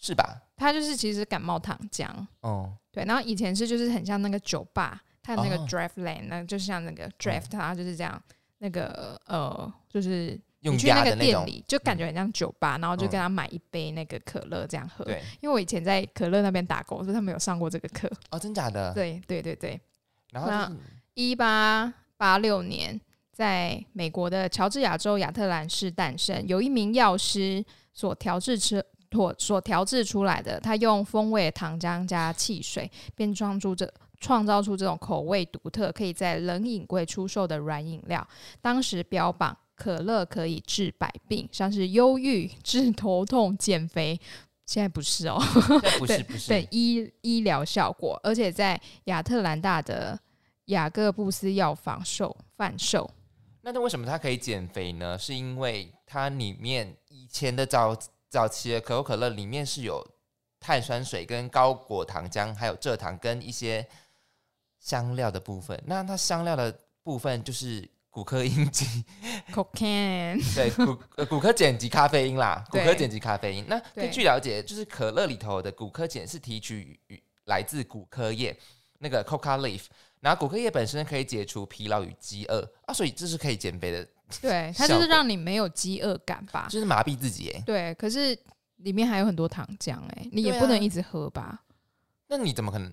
[SPEAKER 1] 是吧？
[SPEAKER 2] 它就是其实感冒糖浆。
[SPEAKER 1] 哦，
[SPEAKER 2] 对，然后以前是就是很像那个酒吧，它有那个
[SPEAKER 1] 哦嗯
[SPEAKER 2] draft lane，、那就是像那个 draft，它就是这样，那个呃，就是
[SPEAKER 1] 用
[SPEAKER 2] 你去
[SPEAKER 1] 压
[SPEAKER 2] 个
[SPEAKER 1] 的那
[SPEAKER 2] 店
[SPEAKER 1] 种，嗯
[SPEAKER 2] 里就感觉很像酒吧，然后就跟他买一杯那个可乐这样喝。
[SPEAKER 1] 对，
[SPEAKER 2] 因为我以前在可乐那边打工，所以他们有上过这个课。
[SPEAKER 1] 哦，真假的？
[SPEAKER 2] 对对对对，
[SPEAKER 1] 然后就是
[SPEAKER 2] 一八八六年，在美国的乔治亚州亚特兰市诞生，有一名药师所调制吃。所所调制出来的，他用风味糖浆加汽水，便装出这创造出这种口味独特，可以在冷饮柜出售的软饮料。当时标榜可乐可以治百病，像是忧郁、治头痛、减肥。现在不是哦，
[SPEAKER 1] 现在不是不
[SPEAKER 2] 等
[SPEAKER 1] 是，
[SPEAKER 2] 医医疗效果，而且在亚特兰大的雅各布斯药房售 贩售。
[SPEAKER 1] 那那为什么它可以减肥呢？是因为它里面以前的早早期的可口可乐里面是有碳酸水、跟高果糖浆、还有蔗糖跟一些香料的部分。那它香料的部分就是骨科因基，
[SPEAKER 2] Cocaine，
[SPEAKER 1] 对骨呃骨科碱及咖啡因啦，骨
[SPEAKER 2] 对
[SPEAKER 1] 科碱及咖啡因。那
[SPEAKER 2] 对
[SPEAKER 1] 根据了解，就是可乐里头的骨科碱是提取于来自骨科叶那个 coca leaf，然后骨科叶本身可以解除疲劳与饥饿啊，所以这是可以减肥的，
[SPEAKER 2] 对，它就是让你没有饥饿感吧？
[SPEAKER 1] 就是麻痹自己耶。
[SPEAKER 2] 对，可是里面还有很多糖浆，哎，你
[SPEAKER 1] 对
[SPEAKER 2] 也
[SPEAKER 1] 啊
[SPEAKER 2] 不能一直喝吧？
[SPEAKER 1] 那你怎么可能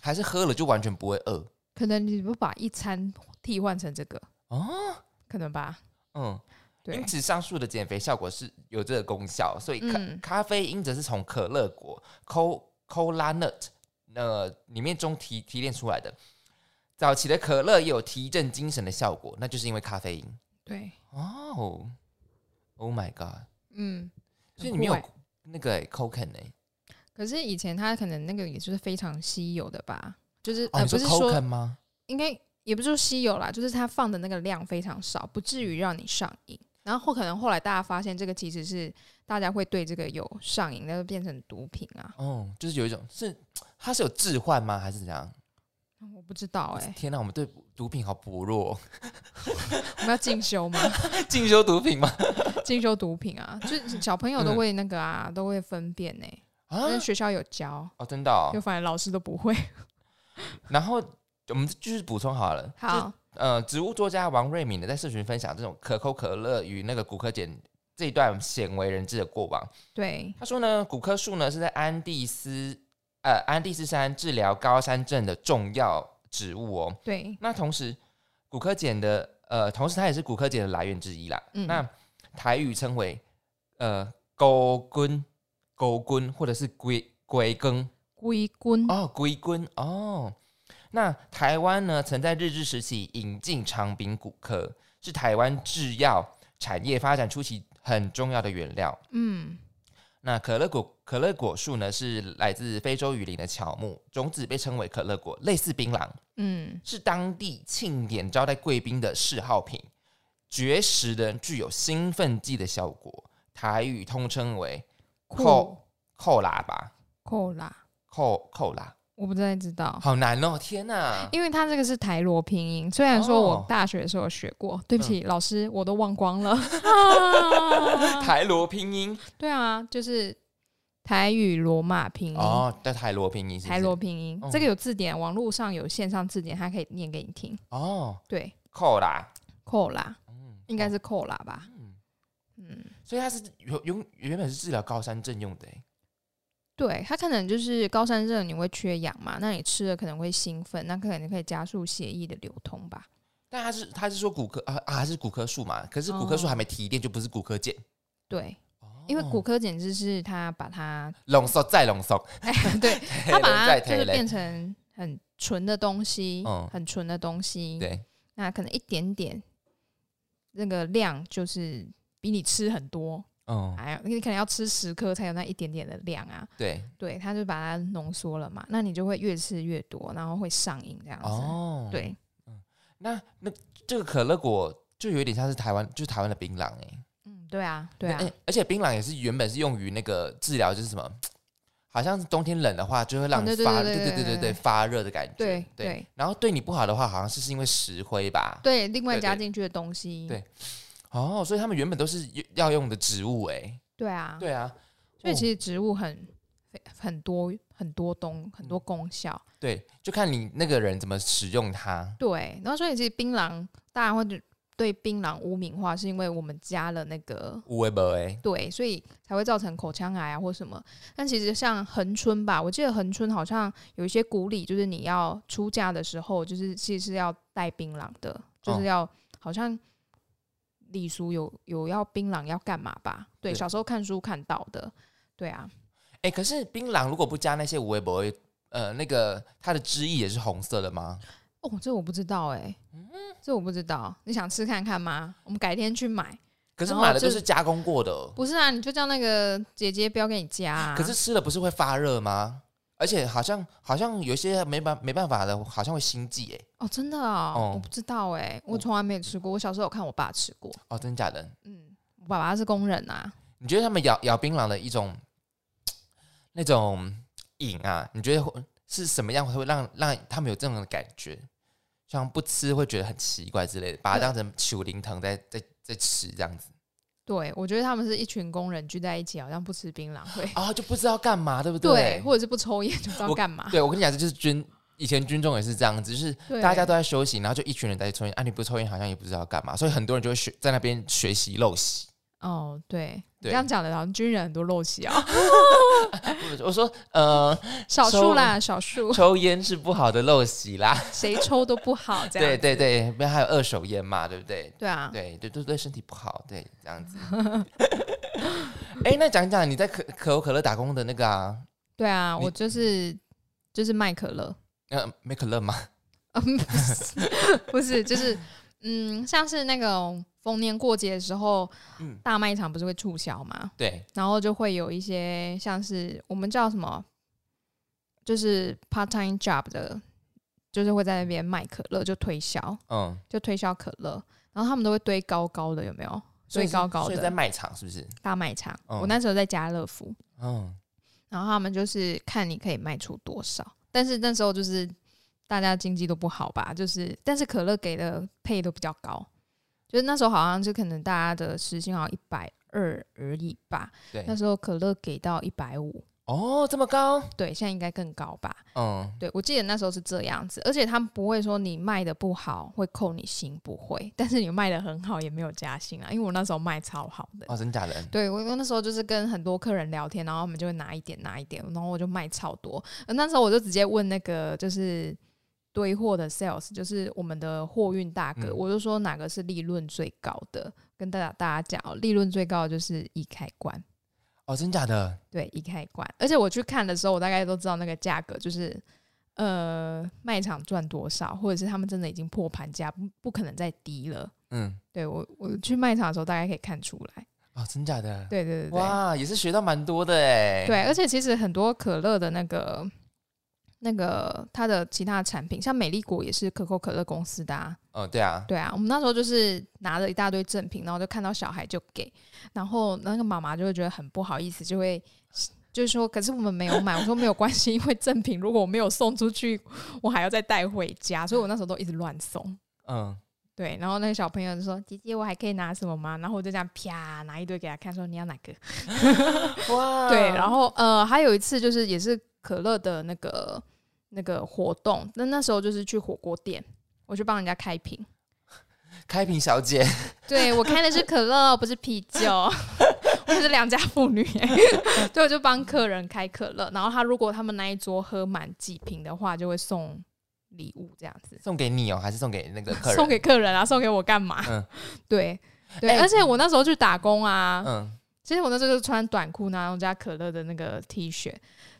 [SPEAKER 1] 还是喝了就完全不会饿？
[SPEAKER 2] 可能你不把一餐替换成这个，
[SPEAKER 1] 哦，
[SPEAKER 2] 可能吧？
[SPEAKER 1] 嗯，
[SPEAKER 2] 对
[SPEAKER 1] 因，此上述的减肥效果是有这个功效，所以咖、
[SPEAKER 2] 嗯
[SPEAKER 1] 咖啡因则是从可乐果 co cola nut 呃里面中提提炼出来的。早期的可乐也有提振精神的效果，那就是因为咖啡因。
[SPEAKER 2] 对，
[SPEAKER 1] 哦，Oh my god！
[SPEAKER 2] 嗯。
[SPEAKER 1] 所以你没有
[SPEAKER 2] 很酷
[SPEAKER 1] 那个、欸、cocaine 哎、
[SPEAKER 2] 可是以前它可能那个也就是非常稀有的吧？就是、
[SPEAKER 1] 哦，
[SPEAKER 2] 呃，
[SPEAKER 1] 你说
[SPEAKER 2] 不是
[SPEAKER 1] cocaine
[SPEAKER 2] 说
[SPEAKER 1] 吗？
[SPEAKER 2] 应该也不是说稀有啦，就是它放的那个量非常少，不至于让你上瘾。然后或可能后来大家发现这个其实是大家会对这个有上瘾，那就变成毒品啊。
[SPEAKER 1] 哦，就是有一种是它是有置换吗？还是怎样？
[SPEAKER 2] 我不知道哎、
[SPEAKER 1] 天哪，我们对毒品好薄弱哦，
[SPEAKER 2] 我们要进修吗？
[SPEAKER 1] 进修毒品吗？
[SPEAKER 2] 进修毒品啊，就是小朋友都会那个啊，都会分辨呢、
[SPEAKER 1] 嗯啊
[SPEAKER 2] 但，是学校有教，
[SPEAKER 1] 哦，真的、哦
[SPEAKER 2] 就。反正老师都 不会。
[SPEAKER 1] 然后我们继续补充好了。
[SPEAKER 2] 好，
[SPEAKER 1] 呃，植物作家王瑞敏呢，在社群分享这种可口可乐与那个骨科碱这一段鲜为人知的过往。
[SPEAKER 2] 对，
[SPEAKER 1] 他说呢，骨科树呢是在安第斯呃安第斯山治疗高山症的重要植物哦。
[SPEAKER 2] 对，
[SPEAKER 1] 那同时，骨科碱的呃，同时它也是骨科碱的来源之一啦。
[SPEAKER 2] 嗯
[SPEAKER 1] 那台语称为呃狗根狗根或者是龟龟根。
[SPEAKER 2] 龟棍，
[SPEAKER 1] 哦，龟根哦。那台湾呢，曾在日治时期引进长柄骨科，是台湾制药产业发展初期很重要的原料。
[SPEAKER 2] 嗯，
[SPEAKER 1] 那可乐果可乐果树呢，是来自非洲雨林的乔木，种子被称为可乐果，类似槟榔，
[SPEAKER 2] 嗯，
[SPEAKER 1] 是当地庆典招待贵宾的嗜好品，绝食人具有兴奋剂的效果，台语通称为
[SPEAKER 2] 扣
[SPEAKER 1] 扣喇叭，
[SPEAKER 2] 扣啦，
[SPEAKER 1] 扣扣喇，
[SPEAKER 2] 我不太知 道，
[SPEAKER 1] 好难哦，天哪！
[SPEAKER 2] 因为它这个是台罗拼音，虽然说
[SPEAKER 1] 哦嗯
[SPEAKER 2] 我大学的时候有学过，对不起，老师，我都忘光了。啊
[SPEAKER 1] 台罗拼音
[SPEAKER 2] 对啊，就是台语罗马拼音。
[SPEAKER 1] 哦，叫台罗拼音是不是，
[SPEAKER 2] 嗯台罗拼音，
[SPEAKER 1] 哦
[SPEAKER 2] 这个有字典，网络上有线上字典，它可以念给你听。
[SPEAKER 1] 哦，
[SPEAKER 2] 对，
[SPEAKER 1] 扣啦，
[SPEAKER 2] 扣啦，
[SPEAKER 1] 嗯，
[SPEAKER 2] 应该
[SPEAKER 1] 是，
[SPEAKER 2] 是扣啦吧？
[SPEAKER 1] 嗯，
[SPEAKER 2] 嗯，
[SPEAKER 1] 所以它是原原原本是治疗高山症用的欸，
[SPEAKER 2] 对，它可能就是高山症，你会缺氧嘛？那你吃了可能会兴奋，那可能可以加速血液的流通吧？
[SPEAKER 1] 但它是它是说骨科啊啊，它是骨科树嘛，可是骨科树
[SPEAKER 2] 哦
[SPEAKER 1] 还没提炼，就不是骨科碱，
[SPEAKER 2] 对，因为
[SPEAKER 1] 哦
[SPEAKER 2] 骨科简直是它把它， 哎
[SPEAKER 1] 浓缩再浓缩，
[SPEAKER 2] 对，它
[SPEAKER 1] 它
[SPEAKER 2] 把 它
[SPEAKER 1] 再
[SPEAKER 2] 就是
[SPEAKER 1] 提
[SPEAKER 2] 变
[SPEAKER 1] 炼，
[SPEAKER 2] 成很纯的东西，
[SPEAKER 1] 嗯
[SPEAKER 2] 很纯的东西。
[SPEAKER 1] 对，
[SPEAKER 2] 那可能一点点那个量就是。比你吃很多，
[SPEAKER 1] 嗯，
[SPEAKER 2] 还有你可能要吃十颗才有那一点点的量啊。
[SPEAKER 1] 对，
[SPEAKER 2] 对，它就把它浓缩了嘛，那你就会越吃越多，然后会上瘾这样子。
[SPEAKER 1] 哦，，
[SPEAKER 2] 对，
[SPEAKER 1] 那那这个可乐果就有点像是台湾，就是台湾的槟榔哎，
[SPEAKER 2] 嗯，对啊，对啊
[SPEAKER 1] 那，欸而且槟榔也是原本是用于那个治疗，就是什么，好像是冬天冷的话就会让
[SPEAKER 2] 哦
[SPEAKER 1] 你
[SPEAKER 2] 对对
[SPEAKER 1] 发，
[SPEAKER 2] 对对
[SPEAKER 1] 对
[SPEAKER 2] 对
[SPEAKER 1] 对
[SPEAKER 2] 对
[SPEAKER 1] 对，发热的感觉，
[SPEAKER 2] 对
[SPEAKER 1] 对。
[SPEAKER 2] 对
[SPEAKER 1] 然后对你不好的话，好像是是因为石灰吧？
[SPEAKER 2] 对，另外
[SPEAKER 1] 对
[SPEAKER 2] 加
[SPEAKER 1] 对
[SPEAKER 2] 进去的东西，
[SPEAKER 1] 对哦，所以他们原本都是要用的植物哎、
[SPEAKER 2] 对啊，
[SPEAKER 1] 对啊，
[SPEAKER 2] 所以
[SPEAKER 1] 哦
[SPEAKER 2] 其实植物很很多很多东很
[SPEAKER 1] 嗯
[SPEAKER 2] 多功效。
[SPEAKER 1] 对，就看你那个人怎么使用它。
[SPEAKER 2] 对，然后所以其实槟榔大家会对对槟榔污名化，是因为我们加了那个。
[SPEAKER 1] 无为不为，
[SPEAKER 2] 对，所以才会造成口腔癌啊或什么。但其实像恒春吧，我记得恒春好像有一些古礼，就是你要出嫁的时候，就是其实是要带槟榔的，就是
[SPEAKER 1] 哦
[SPEAKER 2] 要、好像礼俗有有要槟榔要干嘛吧？对，
[SPEAKER 1] 对
[SPEAKER 2] 小时候看书看到的，对啊，
[SPEAKER 1] 哎、可是槟榔如果不加那些无为不为，呃，那个它的汁液也是红色的吗？
[SPEAKER 2] 哦，这我不知道哎、
[SPEAKER 1] 嗯
[SPEAKER 2] 这我不知道，你想吃看看吗？我们改天去买。
[SPEAKER 1] 可是
[SPEAKER 2] 然后
[SPEAKER 1] 买的都
[SPEAKER 2] 就是
[SPEAKER 1] 是加工过的，哦
[SPEAKER 2] 不是啊，你就叫那个姐姐不要给你加、啊。
[SPEAKER 1] 可是吃了不是会发热吗？而且好像好像有一些没办没办法的，好像会心悸哎、
[SPEAKER 2] 哦，真的啊、
[SPEAKER 1] 哦
[SPEAKER 2] 我不知道哎、我从来没有吃过。我小时候有看我爸吃过，
[SPEAKER 1] 哦，真假的？
[SPEAKER 2] 嗯，我爸爸是工人啊，
[SPEAKER 1] 你觉得他们咬咬槟榔的一种那种瘾啊，你觉得会是什么样会让让他们有这种感觉？像不吃会觉得很奇怪之类的，把它当成球灵藤在在在吃这样子，
[SPEAKER 2] 对我觉得他们是一群工人聚在一起，好像不吃槟榔 会，
[SPEAKER 1] 啊、就不知道干嘛，对不
[SPEAKER 2] 对，
[SPEAKER 1] 对？
[SPEAKER 2] 或者是不抽烟就不知道干 嘛，
[SPEAKER 1] 对，我跟你讲，这就是军以前军中也是这样子，就是
[SPEAKER 2] 对
[SPEAKER 1] 大家都在休息，然后就一群人在抽烟，啊，你不抽烟好像也不知道干嘛，所以很多人就会学在那边学习陋习。
[SPEAKER 2] 哦，对，你
[SPEAKER 1] 对
[SPEAKER 2] 这样讲的，好像军人很多陋 习啊，
[SPEAKER 1] 我我说，呃，
[SPEAKER 2] 少数啦，少数，
[SPEAKER 1] 抽烟是不好的陋习啦，
[SPEAKER 2] 谁抽都不好， 这样
[SPEAKER 1] 对对对，不然还有二手烟嘛，对不对？
[SPEAKER 2] 对啊，
[SPEAKER 1] 对对对对，身体不好，对，这样 子。 哎、那讲讲你在可可口可乐打工的那个啊，
[SPEAKER 2] 对啊，
[SPEAKER 1] 你
[SPEAKER 2] 我就是就是卖可乐，
[SPEAKER 1] 呃，没可乐吗？
[SPEAKER 2] 嗯，不是，不是，就是嗯，像是那种逢年过节的时候，
[SPEAKER 1] 嗯
[SPEAKER 2] 大卖场不是会促销嘛，
[SPEAKER 1] 对，
[SPEAKER 2] 然后就会有一些像是我们叫什么，就是 part time job 的，就是会在那边卖可乐，就推销，
[SPEAKER 1] 嗯，
[SPEAKER 2] 就推销可乐，然后他们都会堆高高的，有没有？
[SPEAKER 1] 所以
[SPEAKER 2] 堆
[SPEAKER 1] 是
[SPEAKER 2] 高高
[SPEAKER 1] 所以在
[SPEAKER 2] 的
[SPEAKER 1] 卖场是不是？
[SPEAKER 2] 大卖场。
[SPEAKER 1] 嗯
[SPEAKER 2] 我那时候在家乐福，
[SPEAKER 1] 嗯，
[SPEAKER 2] 然后他们就是看你可以卖出多少，但是那时候就是大家经济都不好吧，就是但是可乐给的配都比较高，就是那时候好像就可能大家的时薪好像一百二而已吧，
[SPEAKER 1] 对
[SPEAKER 2] 那。时候可乐给到一百五，
[SPEAKER 1] 哦，这么高？
[SPEAKER 2] 对，现在应该更高吧？
[SPEAKER 1] 嗯，
[SPEAKER 2] 对，我记得那时候是这样子，而且他们不会说你卖的不好会扣你薪，不会，但是你卖的很好也没有加薪啊，因为我那时候卖超好的。
[SPEAKER 1] 哦，真假的？
[SPEAKER 2] 对我，我那时候就是跟很多客人聊天，然后我们就会拿一点拿一点，然后我就卖超多。呃那时候我就直接问那个就是堆货的 sales，就是我们的货运大哥，
[SPEAKER 1] 嗯
[SPEAKER 2] 我就说哪个是利润最高的，跟大家大家讲哦，利润最高的就是一开关，
[SPEAKER 1] 哦，真假的？
[SPEAKER 2] 对，一开关。而且我去看的时候，我大概都知道那个价格就是。呃，卖场赚多少，或者是他们真的已经破盘价，不不可能再低了。
[SPEAKER 1] 嗯，
[SPEAKER 2] 对我，我去卖场的时候大概可以看出来。
[SPEAKER 1] 哦，真假的？
[SPEAKER 2] 对对对对，
[SPEAKER 1] 哇，也是学到蛮多的哎。
[SPEAKER 2] 对，而且其实很多可乐的那个那个它的其他产品，像美丽果也是可口可乐公司的啊。
[SPEAKER 1] 哦，对啊，
[SPEAKER 2] 对啊，我们那时候就是拿了一大堆赠品，然后就看到小孩就给，然后那个妈妈就会觉得很不好意思，就会。就是说，可是我们没有买。我说没有关系，因为赠品如果我没有送出去，我还要再带回家， 所以我那时候都一直乱送。
[SPEAKER 1] 嗯，
[SPEAKER 2] 对，然后那个小朋友就说：“姐姐，我还可以拿什么吗？”然后我就这样啪拿一堆给他看，说：“你要哪个？”
[SPEAKER 1] 哇，
[SPEAKER 2] 对，然后呃，还有一次就是也是可乐的那个那个活动，那那时候就是去火锅店，我去帮人家开瓶。
[SPEAKER 1] 开瓶小姐，
[SPEAKER 2] 对我开的是可乐，不是啤酒， 我也是良家妇女、欸 对，我就帮客人开可乐，然后他如果他们那一桌喝满几瓶的话，就会送礼物这样子，
[SPEAKER 1] 送给你哦，还是送给那个客人？
[SPEAKER 2] 送给客人啊，送给我干嘛？
[SPEAKER 1] 嗯
[SPEAKER 2] 对对、
[SPEAKER 1] 哎
[SPEAKER 2] 而且我那时候去打工啊，
[SPEAKER 1] 嗯，
[SPEAKER 2] 其实我那时候就穿短裤，然后加可乐的那个 T 恤，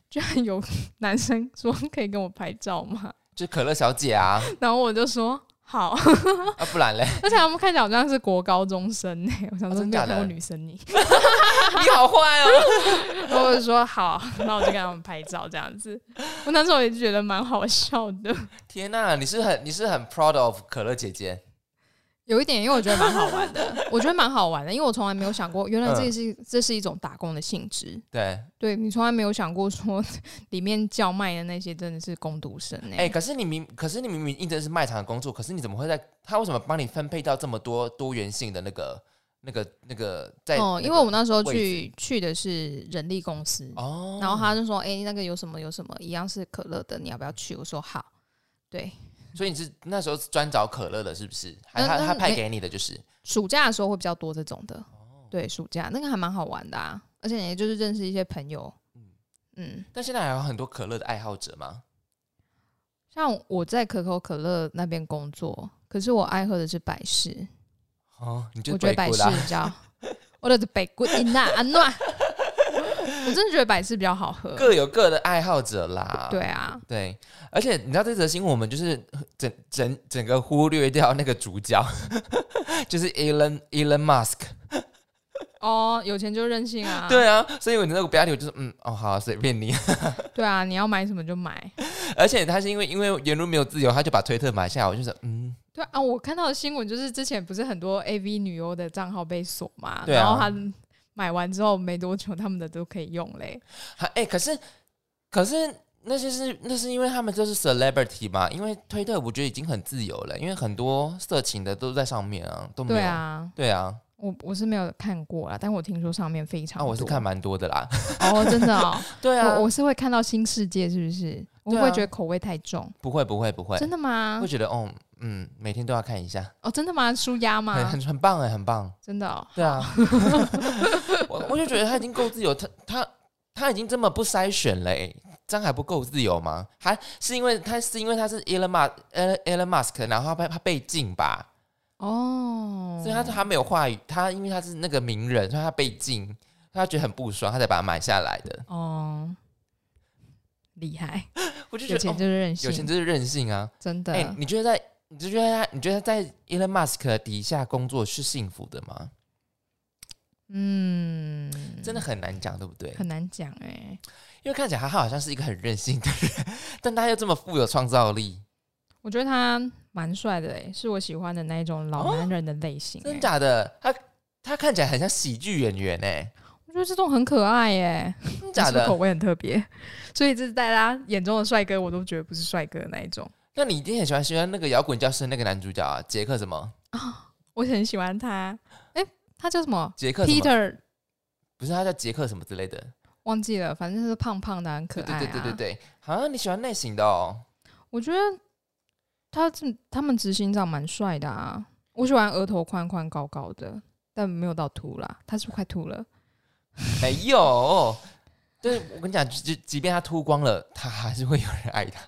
[SPEAKER 2] 居然有男生说可以跟我拍照吗？
[SPEAKER 1] 就可乐小姐 啊，
[SPEAKER 2] 然后我就说好，
[SPEAKER 1] 啊，不然嘞，
[SPEAKER 2] 而且他们看起来好像是国高中生呢、我想
[SPEAKER 1] 哦
[SPEAKER 2] 说
[SPEAKER 1] 真
[SPEAKER 2] 没有
[SPEAKER 1] 假的
[SPEAKER 2] 看过女生 你，
[SPEAKER 1] 你好坏哦。
[SPEAKER 2] 然后我就说好，那我就跟他们拍照这样子。我那时候也觉得蛮好笑的，
[SPEAKER 1] 天呐、你是很你是很 proud of 可乐姐姐，
[SPEAKER 2] 有一点，因为我觉得蛮好玩的，我觉得蛮好玩的，因为我从来没有想过，原来这是、这是一种打工的性质。
[SPEAKER 1] 对，
[SPEAKER 2] 对你从来没有想过说里面叫卖的那些真的是工读生欸呢、
[SPEAKER 1] 哎、可是你明可是你明明应征是卖场的工作，可是你怎么会在他为什么帮你分配到这么多多元性的那个那个那个在那个、
[SPEAKER 2] 哦，因为我们那时候
[SPEAKER 1] 位
[SPEAKER 2] 去去的是人力公司，
[SPEAKER 1] 哦，
[SPEAKER 2] 然后他就说：“哎、那个有什么有什么，一样是可乐的，你要不要去？”我说：“好。”对，
[SPEAKER 1] 所以你是那时候是专找可乐的，是不是？还
[SPEAKER 2] 那
[SPEAKER 1] 他
[SPEAKER 2] 那
[SPEAKER 1] 他派
[SPEAKER 2] 没
[SPEAKER 1] 给你的就是
[SPEAKER 2] 暑假的时候会比较多这种的。
[SPEAKER 1] 哦
[SPEAKER 2] 对，暑假那个还蛮好玩的啊，而且也就是认识一些朋友。嗯，
[SPEAKER 1] 但现在还有很多可乐的爱好者吗？
[SPEAKER 2] 像我在可口可乐那边工作，可是我爱喝的是百事，
[SPEAKER 1] 哦，你就
[SPEAKER 2] 我觉得百
[SPEAKER 1] 北部
[SPEAKER 2] 事
[SPEAKER 1] 啦，
[SPEAKER 2] 比较， 我的北国音呐安暖，啊 我真的觉得百事比较好喝。
[SPEAKER 1] 各有各的爱好者啦。
[SPEAKER 2] 对啊，
[SPEAKER 1] 对，而且你知道这则新闻，我们就是整整整个 忽略掉那个主角，就是 Elon Elon Musk。
[SPEAKER 2] 哦，有钱就任性啊！
[SPEAKER 1] 对啊，所以我的那个标题我就是嗯哦好啊随便你，
[SPEAKER 2] 对啊，你要买什么就买。
[SPEAKER 1] 而且他是因为因为言论没有自由，他就把推特买下来，我就是嗯
[SPEAKER 2] 对啊，我看到的新闻就是之前不是很多 AV 女优的账号被锁嘛，
[SPEAKER 1] 对啊
[SPEAKER 2] 然后他买完之后没多久，他们的都可以用嘞。
[SPEAKER 1] 还哎、可是可是那些是那是因为他们就是 celebrity 嘛，因为推特我觉得已经很自由了，因为很多色情的都在上面啊，都没有
[SPEAKER 2] 对啊，
[SPEAKER 1] 对啊，
[SPEAKER 2] 我我是没有看过啦，但我听说上面非常
[SPEAKER 1] 啊我是
[SPEAKER 2] 多
[SPEAKER 1] 看蛮多的啦，
[SPEAKER 2] 哦，真的哦，
[SPEAKER 1] 对啊
[SPEAKER 2] 我，我是会看到新世界，是不是？我会不
[SPEAKER 1] 对
[SPEAKER 2] 会
[SPEAKER 1] 啊
[SPEAKER 2] 觉得口味太重？
[SPEAKER 1] 不会不会不会，
[SPEAKER 2] 真的吗
[SPEAKER 1] 会？觉得哦嗯每天都要看一下，
[SPEAKER 2] 哦，真的吗？舒压
[SPEAKER 1] 很
[SPEAKER 2] 吗？
[SPEAKER 1] 很很棒哎，很棒。
[SPEAKER 2] 真的哦，
[SPEAKER 1] 对啊， 我我就觉得他已经够自由，他他他已经这么不筛选了、欸，这样还不够自由吗？还是因为他是因为他是 Elon Musk Elon Musk，然后他被他被禁吧，
[SPEAKER 2] 哦，
[SPEAKER 1] 所以他他没有话语，他因为他是那个名人，所以他被禁，他觉得很不爽，他才把它买下来的。
[SPEAKER 2] 哦，厉害，
[SPEAKER 1] 我就觉得
[SPEAKER 2] 有钱
[SPEAKER 1] 哦
[SPEAKER 2] 就是任
[SPEAKER 1] 有钱
[SPEAKER 2] 性，
[SPEAKER 1] 就是任性啊！
[SPEAKER 2] 真的。
[SPEAKER 1] 哎、你觉得在你就觉得他你觉得在 Elon Musk 底下工作是幸福的吗？
[SPEAKER 2] 嗯，
[SPEAKER 1] 真的很难讲，对不对？
[SPEAKER 2] 很难讲哎、
[SPEAKER 1] 因为看起来他好像是一个很任性的人， 但他又这么富有创造力，
[SPEAKER 2] 我觉得他蛮帅的哎、是我喜欢的那一种老男人的类型、
[SPEAKER 1] 真
[SPEAKER 2] 欸。
[SPEAKER 1] 假的？他他看起来很像喜剧演员哎、
[SPEAKER 2] 我觉得这种很可爱耶、
[SPEAKER 1] 真假
[SPEAKER 2] 是不是口
[SPEAKER 1] 的？
[SPEAKER 2] 味很特别，所以这是大家眼中的帅哥，我都觉得不是帅哥的那一种。
[SPEAKER 1] 那你一定很喜欢喜欢那个摇滚教室那个男主角啊，杰克什么？
[SPEAKER 2] 我很喜欢他，哎、他叫什么
[SPEAKER 1] 杰克什么
[SPEAKER 2] Peter，
[SPEAKER 1] 不是他叫杰克什么之类的？
[SPEAKER 2] 忘记了，反正就是胖胖的，很可
[SPEAKER 1] 对
[SPEAKER 2] 爱、啊。
[SPEAKER 1] 对对对对对，好像、你喜欢类型的哦。
[SPEAKER 2] 我觉得他这他们执行长蛮帅的啊，我喜欢额头宽宽高高的，但没有到秃啦，他是不是快秃了？
[SPEAKER 1] 没有，对我跟你讲，即即便他秃光了，他还是会有人爱他。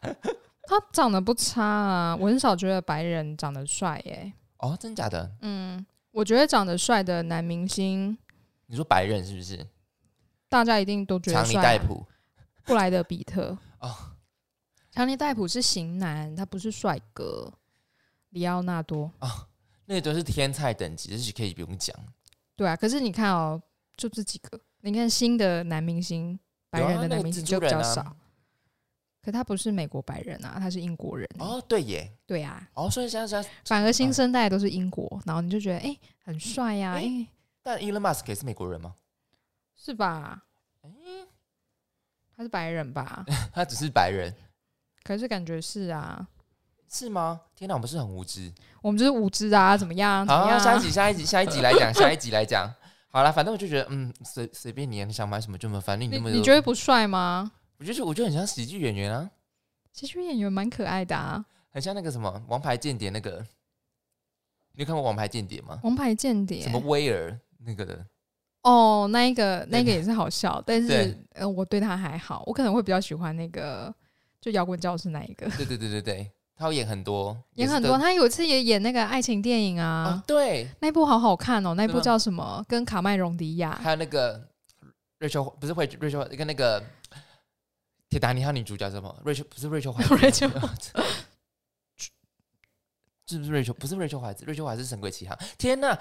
[SPEAKER 2] 他长得不差啊，我很少觉得白人长得帅耶、
[SPEAKER 1] 哦，真假的？
[SPEAKER 2] 嗯，我觉得长得帅的男明星，
[SPEAKER 1] 你说白人是不是？
[SPEAKER 2] 大家一定都觉得
[SPEAKER 1] 强尼
[SPEAKER 2] 帅、
[SPEAKER 1] 戴
[SPEAKER 2] 啊。
[SPEAKER 1] 普
[SPEAKER 2] 布莱德比特
[SPEAKER 1] 哦
[SPEAKER 2] 强尼戴普是型男，他不是帅哥。里奥纳多，
[SPEAKER 1] 哦那个都是天才等级，这是可以不用讲。
[SPEAKER 2] 对啊，可是你看哦，就这几个，你看新的男明星，白
[SPEAKER 1] 有啊
[SPEAKER 2] 人的
[SPEAKER 1] 那
[SPEAKER 2] 男
[SPEAKER 1] 个
[SPEAKER 2] 明
[SPEAKER 1] 蜘
[SPEAKER 2] 星
[SPEAKER 1] 蛛
[SPEAKER 2] 就比较
[SPEAKER 1] 人啊
[SPEAKER 2] 少。可他不是美国白人啊，他是英国人。
[SPEAKER 1] 哦，对耶，
[SPEAKER 2] 对啊，
[SPEAKER 1] 哦，所以现在现在
[SPEAKER 2] 反而新
[SPEAKER 1] 嗯
[SPEAKER 2] 生代都是英国，然后你就觉得哎、诶很帅呀、哎、
[SPEAKER 1] 诶但 Elon Musk 也是美国人吗？
[SPEAKER 2] 是吧？他是白人吧？
[SPEAKER 1] 他只是白人，
[SPEAKER 2] 可是感觉是啊，
[SPEAKER 1] 是吗？天哪，我们是很无知。
[SPEAKER 2] 我们就是无知啊，怎么样？怎
[SPEAKER 1] 好
[SPEAKER 2] 么样？
[SPEAKER 1] 啊，下一集，下一集，下一集来讲，下一集来讲。好了，反正我就觉得，嗯，随随便你，你想买什么就买，反正你
[SPEAKER 2] 你
[SPEAKER 1] 那么
[SPEAKER 2] 你觉得不帅吗？
[SPEAKER 1] 我就是我就很像喜剧演员啊，
[SPEAKER 2] 喜剧演员蛮可爱的啊，
[SPEAKER 1] 很像那个什么《王牌间谍》那个，你有看过《王牌间谍》吗？
[SPEAKER 2] 《王牌间谍
[SPEAKER 1] 什么》威尔那个的，
[SPEAKER 2] 哦，那一个
[SPEAKER 1] 对
[SPEAKER 2] 那个也是好笑，但是
[SPEAKER 1] 对
[SPEAKER 2] 呃，我对他还好，我可能会比较喜欢那个就摇滚教室那一个，
[SPEAKER 1] 对对对对对，他有演很多，
[SPEAKER 2] 演
[SPEAKER 1] 是
[SPEAKER 2] 很
[SPEAKER 1] 都
[SPEAKER 2] 多。他有一次也演那个爱情电影
[SPEAKER 1] 哦
[SPEAKER 2] 啊，，
[SPEAKER 1] 对，
[SPEAKER 2] 那一部好好看哦，那一
[SPEAKER 1] 对
[SPEAKER 2] 部
[SPEAKER 1] 吗
[SPEAKER 2] 叫什么？跟卡麦隆迪亚
[SPEAKER 1] 还有那个瑞秋，不是惠瑞秋，跟那个铁达尼号女主角什么瑞秋，不是瑞秋怀子，
[SPEAKER 2] 瑞秋
[SPEAKER 1] 是不是瑞秋？不是瑞秋怀子，瑞秋怀子是《神鬼奇航》。天呐，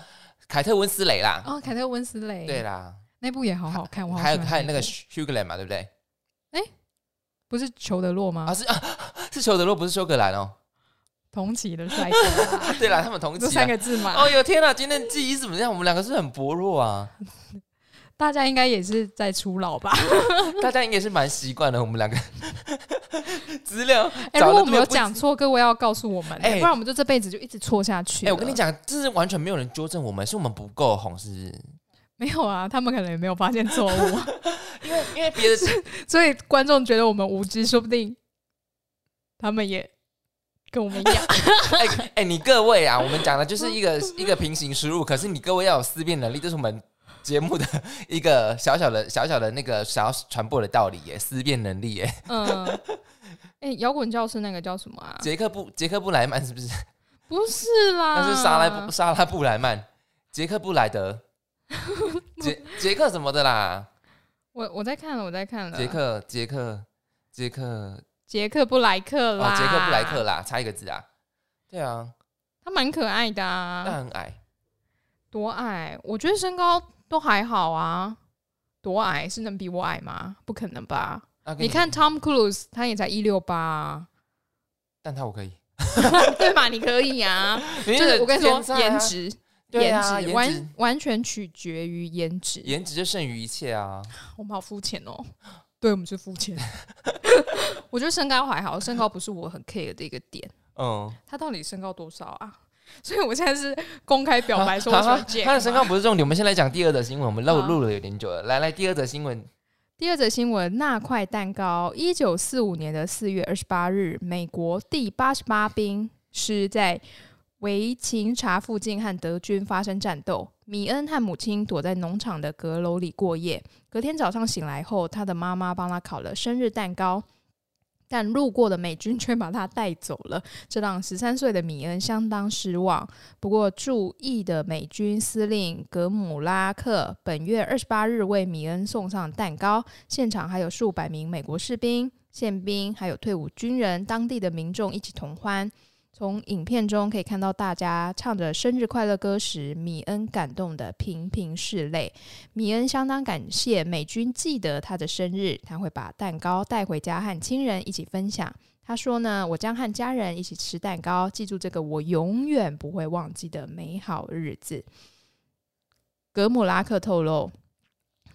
[SPEAKER 1] 凯特温斯雷啦，
[SPEAKER 2] 哦，凯特温斯雷，
[SPEAKER 1] 对，啦，
[SPEAKER 2] 那部也好好看，我好
[SPEAKER 1] 还有
[SPEAKER 2] 喜欢
[SPEAKER 1] 还有那个
[SPEAKER 2] 部
[SPEAKER 1] Sugarland 嘛，对不对？
[SPEAKER 2] 不是裘德洛
[SPEAKER 1] 啊
[SPEAKER 2] 吗？
[SPEAKER 1] 是啊是裘德洛，不是休格兰 哦。
[SPEAKER 2] 同期的帅哥 啊，
[SPEAKER 1] 对啦，他们同
[SPEAKER 2] 这
[SPEAKER 1] 期
[SPEAKER 2] 三
[SPEAKER 1] 啦。
[SPEAKER 2] 个字嘛，
[SPEAKER 1] 哦哟天呐，今天记忆怎么样？我们两个是不是很薄弱 啊，
[SPEAKER 2] 大家应该也是在初老 吧？
[SPEAKER 1] 大家应该是蛮习惯的。我们两个 资料
[SPEAKER 2] 哎、
[SPEAKER 1] 找了
[SPEAKER 2] 如果
[SPEAKER 1] 这
[SPEAKER 2] 我们有
[SPEAKER 1] 么不
[SPEAKER 2] 讲错，各位要告诉我们、
[SPEAKER 1] 哎
[SPEAKER 2] 不然我们就这辈子就一直错下去。
[SPEAKER 1] 哎、我跟你，讲，这是完全没有人纠正我们，是我们不够红，是不是？
[SPEAKER 2] 没有啊，他们可能也没有发现错误，
[SPEAKER 1] 因为因为别的
[SPEAKER 2] 所以观众觉得我们无知，说不定他们也跟我们一 样。
[SPEAKER 1] 哎 哎、你各位啊，我们讲的就是 一个一个平行输入，可是你各位要有思辨能力，这是我们节目的一个小小的小小的那个想要传播的道理耶，思辨能力耶。
[SPEAKER 2] 嗯，哎、摇滚教室那个叫什么啊？
[SPEAKER 1] 杰克布杰克布莱曼是不是？
[SPEAKER 2] 不是啦，
[SPEAKER 1] 那是莎拉布莎拉布莱曼，杰克布莱 德，杰杰克什么的啦，
[SPEAKER 2] 我我在看了，我在看了。
[SPEAKER 1] 杰克杰克杰克
[SPEAKER 2] 杰克布莱克
[SPEAKER 1] 哦
[SPEAKER 2] 啦，
[SPEAKER 1] 杰克布莱克，啦，差一个字啊。对啊，
[SPEAKER 2] 他蛮可爱的啊。
[SPEAKER 1] 但很矮。
[SPEAKER 2] 多矮？我觉得身高都还好啊。多矮是能比我矮吗？不可能吧？
[SPEAKER 1] 那跟
[SPEAKER 2] 你看，Tom Cruise，他也才一六八，
[SPEAKER 1] 但他我可以，
[SPEAKER 2] 对嘛？你可 以啊，
[SPEAKER 1] 就
[SPEAKER 2] 就是我跟你说，颜，值，
[SPEAKER 1] 啊对啊，
[SPEAKER 2] 值，
[SPEAKER 1] 颜值
[SPEAKER 2] 完，完全取决于颜值。
[SPEAKER 1] 颜值就胜于一切啊。
[SPEAKER 2] 我们好肤浅哦，对我们是肤浅。 我觉得身高还好，身高不是我很 care 的一个点。
[SPEAKER 1] 嗯，
[SPEAKER 2] 他到底身高多少啊？所以我现在是公开表白 说我喜欢 Jack
[SPEAKER 1] 啊他的
[SPEAKER 2] 嘛
[SPEAKER 1] 身高不是重点，我们先来讲第二则新闻。我们漏
[SPEAKER 2] 好
[SPEAKER 1] 录了有点久了，来来，第二则新闻，
[SPEAKER 2] 第二则新闻：那块蛋糕。一九四五年的四月二十八日，美国第八十八兵师在维琴察附近和德军发生战斗。米恩和母亲躲在农场的阁楼里过夜。隔天早上醒来后，他的妈妈帮他烤了生日蛋糕，但路过的美军却把他带走了，这让十三岁的米恩相当失望。不过，驻意的美军司令格姆拉克本月二十八日为米恩送上蛋糕，现场还有数百名美国士兵、宪兵，还有退伍军人、当地的民众一起同欢。从影片中可以看到，大家唱着生日快乐歌时，米恩感动的频频拭泪。米恩相当感谢美军记得他的生日，他会把蛋糕带回家和亲人一起分享。他说呢，我将和家人一起吃蛋糕，记住这个我永远不会忘记的美好日子。格姆拉克透露，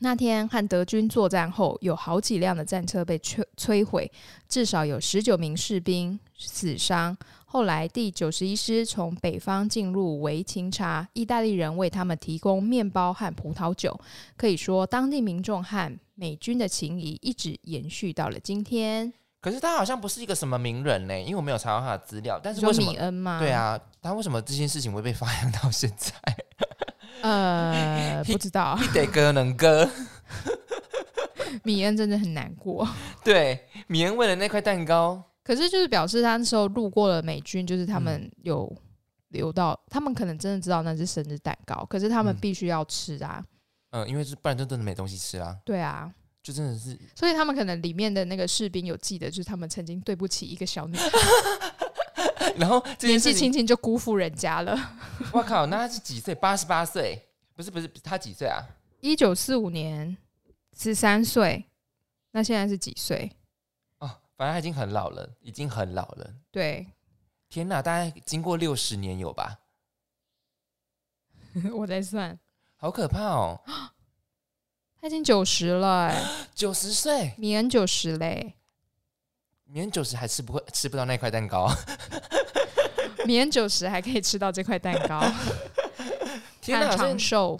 [SPEAKER 2] 那天和德军作战后，有好几辆的战车被摧摧毁，至少有十九名士兵死伤。后来，第九十一师从北方进入维琴察，意大利人为他们提供面包和葡萄酒。可以说，当地民众和美军的情谊一直延续到了今天。
[SPEAKER 1] 可是他好像不是一个什么名人呢，因为我没有查到他的资料。但
[SPEAKER 2] 你
[SPEAKER 1] 是
[SPEAKER 2] 说
[SPEAKER 1] 为什么
[SPEAKER 2] 米？恩 吗？
[SPEAKER 1] 对，啊，他为什么这件事情会被发扬到现在？
[SPEAKER 2] 呃，不知道，
[SPEAKER 1] 必得哥能哥，
[SPEAKER 2] 米恩真的很难过。
[SPEAKER 1] 对，米恩为了那块蛋糕，
[SPEAKER 2] 可是就是表示他那时候路过了美军，就是他
[SPEAKER 1] 嗯
[SPEAKER 2] 们有留到，他们可能真的知道那是生日蛋糕，可是他们
[SPEAKER 1] 嗯
[SPEAKER 2] 必须要吃啊，
[SPEAKER 1] 嗯，因为是不然就真的没东西吃啦，
[SPEAKER 2] 对啊，
[SPEAKER 1] 就真的是
[SPEAKER 2] 所以他们可能里面的那个士兵有记得，就是他们曾经对不起一个小女，
[SPEAKER 1] 然后 这
[SPEAKER 2] 年
[SPEAKER 1] 件事
[SPEAKER 2] 纪
[SPEAKER 1] 情，
[SPEAKER 2] 轻轻就辜负人家了。
[SPEAKER 1] 我靠，那他是几岁？八十八岁？不是不是，他几岁啊？
[SPEAKER 2] 一九四五年，十三岁，那现在是几岁？
[SPEAKER 1] 哦，反正他已经很老了，已经很老了。
[SPEAKER 2] 对
[SPEAKER 1] 天哪，大概经过六十年有吧？
[SPEAKER 2] 我在算，
[SPEAKER 1] 好可怕哦！
[SPEAKER 2] 他已经九十了、欸，
[SPEAKER 1] 九十岁，
[SPEAKER 2] 米恩九十嘞，
[SPEAKER 1] 明年九十还吃不会吃不到那块蛋糕。
[SPEAKER 2] 米恩九十还可以吃到这块蛋糕，
[SPEAKER 1] 天哪，
[SPEAKER 2] 看
[SPEAKER 1] 所
[SPEAKER 2] 长
[SPEAKER 1] 以
[SPEAKER 2] 寿。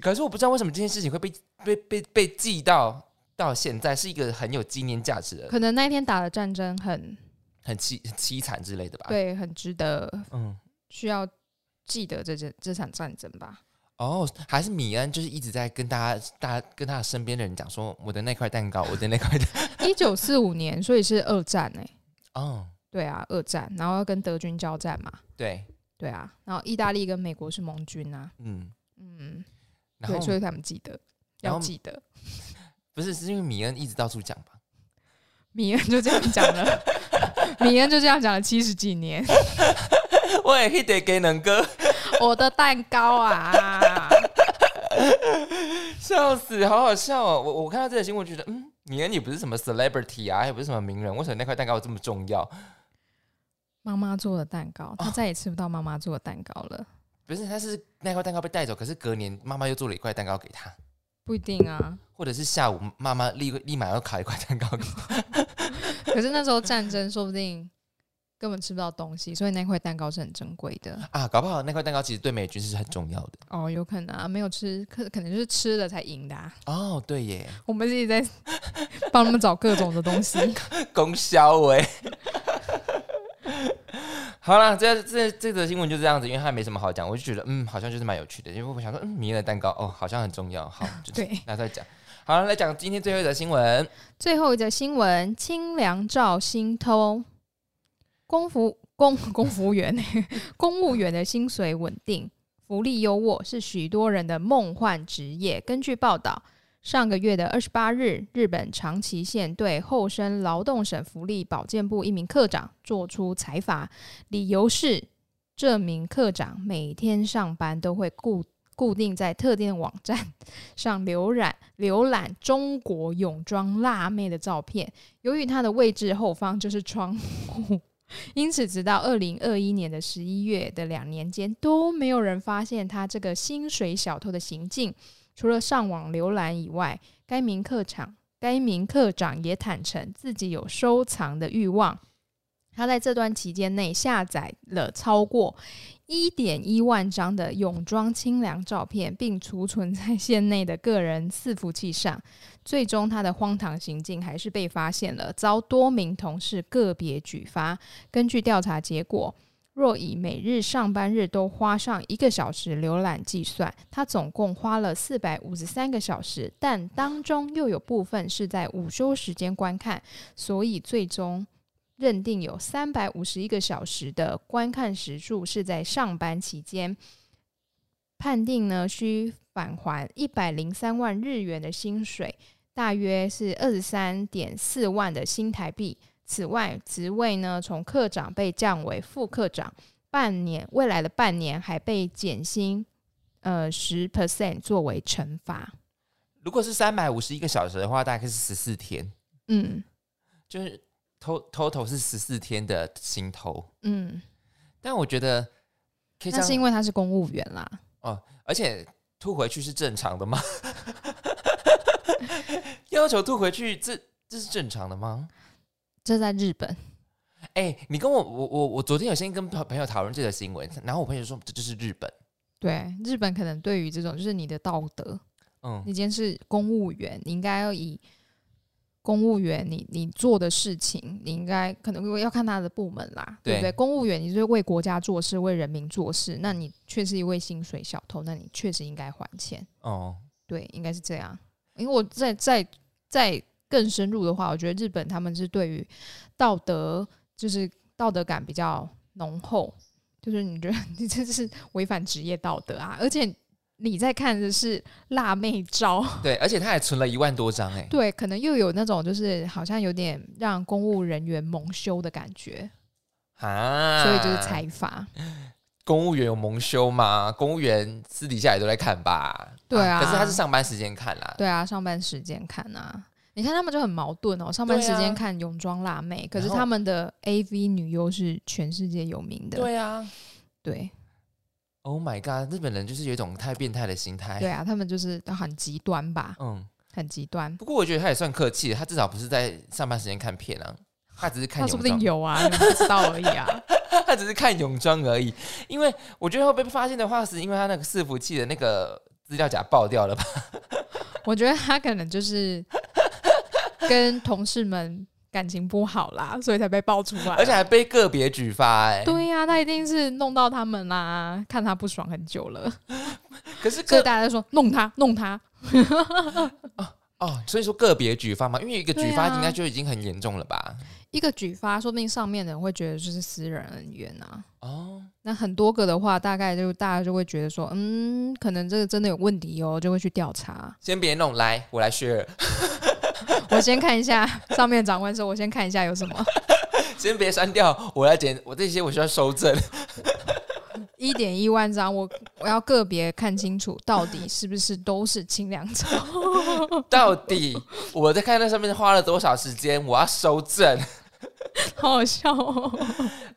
[SPEAKER 1] 可是我不知道为什么这件事情会被被被被记到到现在，是一个很有纪念价值的，
[SPEAKER 2] 可能那一天打的战争很
[SPEAKER 1] 很凄很凄惨之类的吧？，
[SPEAKER 2] 对，很值得
[SPEAKER 1] 嗯。
[SPEAKER 2] 需要记得这这这场战争吧。
[SPEAKER 1] 哦，还是米恩就是一直在跟大家、大家跟他的身边的人讲说，我的那块蛋糕，我的那块蛋
[SPEAKER 2] 一九四五年，所以是二战哎、
[SPEAKER 1] 哦，
[SPEAKER 2] 对啊，二战，然后要跟德军交战嘛，
[SPEAKER 1] 对，
[SPEAKER 2] 对啊，然后意大利跟美国是盟军啊，
[SPEAKER 1] 嗯，
[SPEAKER 2] 嗯，
[SPEAKER 1] 然
[SPEAKER 2] 对，
[SPEAKER 1] 后
[SPEAKER 2] 所以他们记得
[SPEAKER 1] 然
[SPEAKER 2] 要
[SPEAKER 1] 后
[SPEAKER 2] 记得。
[SPEAKER 1] 不是是因为米恩一直到处讲吧？
[SPEAKER 2] 米恩就这样讲 了，米恩就这样讲了七十几年，
[SPEAKER 1] 我也可以得给能哥，
[SPEAKER 2] 我的蛋糕啊，
[SPEAKER 1] 笑死，好好笑哦！我我看到这个新闻，觉得嗯，米恩也不是什么 celebrity 啊，也不是什么名人，为什么那块蛋糕这么重要？
[SPEAKER 2] 妈妈做的蛋糕，他再也吃不到妈妈做的蛋糕了，
[SPEAKER 1] 不是，他是那块蛋糕被带走，可是隔年妈妈又做了一块蛋糕给他，
[SPEAKER 2] 不一定啊。
[SPEAKER 1] 或者是下午妈妈立立马要烤一块蛋糕给他。
[SPEAKER 2] 可是那时候战争，说不定根本吃不到东西，所以那块蛋糕是很珍贵的。
[SPEAKER 1] 啊，搞不好那块蛋糕其实对美军是很重要的
[SPEAKER 2] 哦，有可能啊，没有吃，可可能就是吃了才赢的、啊。
[SPEAKER 1] 哦，对耶，
[SPEAKER 2] 我们自己在 帮他们找各种的东西。
[SPEAKER 1] 供销哎。 好啦，这这这则新闻就这样子，因为它没什么好讲，我就觉得嗯，好像就是蛮有趣的，因为我想说，嗯，迷人的蛋糕哦，好像很重要，好，就是
[SPEAKER 2] 对，
[SPEAKER 1] 那再讲。好了，来讲今天最后一则新闻。
[SPEAKER 2] 最后一则新闻：清凉照新偷，公服公公服务员、 公务员的薪水稳定，福利优渥，是许多人的梦幻职业。根据报道。上个月的二十八日，日本长崎县对厚生劳动省福利保健部一名科长作出裁罚，理由是这名科长每天上班都会固固定在特定的网站上浏览浏览中国泳装辣妹的照片。由于它的位置后方就是窗户，因此直到二零二一年的十一月的两年间，都没有人发现他这个薪水小偷的行径。除了上网浏览以外，该名课长该名课长也坦诚自己有收藏的欲望。他在这段期间内下载了超过一点一万张的泳装清凉照片，并储存在县内的个人伺服器上。最终，他的荒唐行径还是被发现了，遭多名同事个别举发。根据调查结果，若以每日上班日都花上一个小时浏览计算，他总共花了四百五十三个小时，但当中又有部分是在午休时间观看，所以最终认定有三百五十一个小时的观看时数是在上班期间，判定呢需返还一百零三万日元的薪水，大约是二十三点四万的新台币。此外，职位呢从科长被降为副科长，半年未来的半年还被减薪，呃十 percent 作为惩罚。
[SPEAKER 1] 如果是三百五十一个小时的话，大概是十四天，
[SPEAKER 2] 嗯
[SPEAKER 1] 就是 to- total 是十四天的薪头。
[SPEAKER 2] 嗯，
[SPEAKER 1] 但我觉得可以这
[SPEAKER 2] 那是
[SPEAKER 1] 样，
[SPEAKER 2] 因为他是公务员啦。
[SPEAKER 1] 而且吐回去是正常的吗？ 要求吐回去，这这是正常的吗？
[SPEAKER 2] 这在日本，
[SPEAKER 1] 哎、你跟我我我我昨天有先跟朋朋友讨论这个新闻，然后我朋友说这就是日本，
[SPEAKER 2] 对日本可能对于这种就是你的道德，
[SPEAKER 1] 嗯，
[SPEAKER 2] 你今天是公务员，你应该要以公务员你你做的事情，你应该可能要看他的部门啦，对不
[SPEAKER 1] 对
[SPEAKER 2] 对？公务员你就是为国家做事，为人民做事，那你确实一位薪水小偷，那你确实应该还钱，
[SPEAKER 1] 哦，
[SPEAKER 2] 对，应该是这样。因为我再再再更深入的话，我觉得日本他们是对于道德就是道德感比较浓厚，就是你觉得 你这是违反职业道德啊，而且你在看的是辣妹照。
[SPEAKER 1] 对，而且他还存了一万多张、哎，
[SPEAKER 2] 对，可能又有那种就是好像有点让公务人员蒙羞的感觉，
[SPEAKER 1] 啊，
[SPEAKER 2] 所以就是财阀。
[SPEAKER 1] 公务员有蒙羞吗？公务员私底下也都在看吧？
[SPEAKER 2] 对啊
[SPEAKER 1] 可是他是上班时间看啦。
[SPEAKER 2] 对啊，上班时间看啊，你看他们就很矛盾哦。上班时
[SPEAKER 1] 对啊
[SPEAKER 2] 间看泳装辣妹，可是
[SPEAKER 1] 然后
[SPEAKER 2] 他们的 AV 女优是全世界有名的。
[SPEAKER 1] 对啊
[SPEAKER 2] 对
[SPEAKER 1] ，Oh my god，日本人就是有一种太变态的心态。
[SPEAKER 2] 对啊，他们就是很极端吧，
[SPEAKER 1] 嗯，
[SPEAKER 2] 很极端。
[SPEAKER 1] 不过我觉得他也算客气，他至少不是在上班时间看片啊，他只是看
[SPEAKER 2] 他说
[SPEAKER 1] 泳
[SPEAKER 2] 不定
[SPEAKER 1] 装，
[SPEAKER 2] 有啊，你不知道而已啊。
[SPEAKER 1] 他只是看泳装而已。因为我觉得会被发现的话，是因为他那个伺服器的那个资料夹爆掉了吧？
[SPEAKER 2] 我觉得他可能就是跟同事们感情不好啦，所以才被爆出来。
[SPEAKER 1] 而且还被个别举发、哎，
[SPEAKER 2] 对呀、他一定是弄到他们啦，看他不爽很久了，
[SPEAKER 1] 可是
[SPEAKER 2] 所以
[SPEAKER 1] 个
[SPEAKER 2] 大家都说弄他，弄他。
[SPEAKER 1] 哦，所以说个别举发嘛，因为一个举发
[SPEAKER 2] 对啊
[SPEAKER 1] 应该就已经很严重了吧？
[SPEAKER 2] 一个举发，说不定上面的人会觉得就是私人恩怨啊。
[SPEAKER 1] 哦，。
[SPEAKER 2] 那很多个的话，大概就大家就会觉得说，嗯，可能这个真的有问题哦，就会去调查
[SPEAKER 1] 先别弄，来，我来 share。
[SPEAKER 2] 我先看一下上面长官说，我先看一下有什么
[SPEAKER 1] 先别删掉，我来剪，我这些我需要收正。
[SPEAKER 2] 一点一万张，我我要个别看清楚，到底是不是都是清凉照。
[SPEAKER 1] 到底我在看那上面花了多少时间？我要收正。
[SPEAKER 2] 好好笑哦。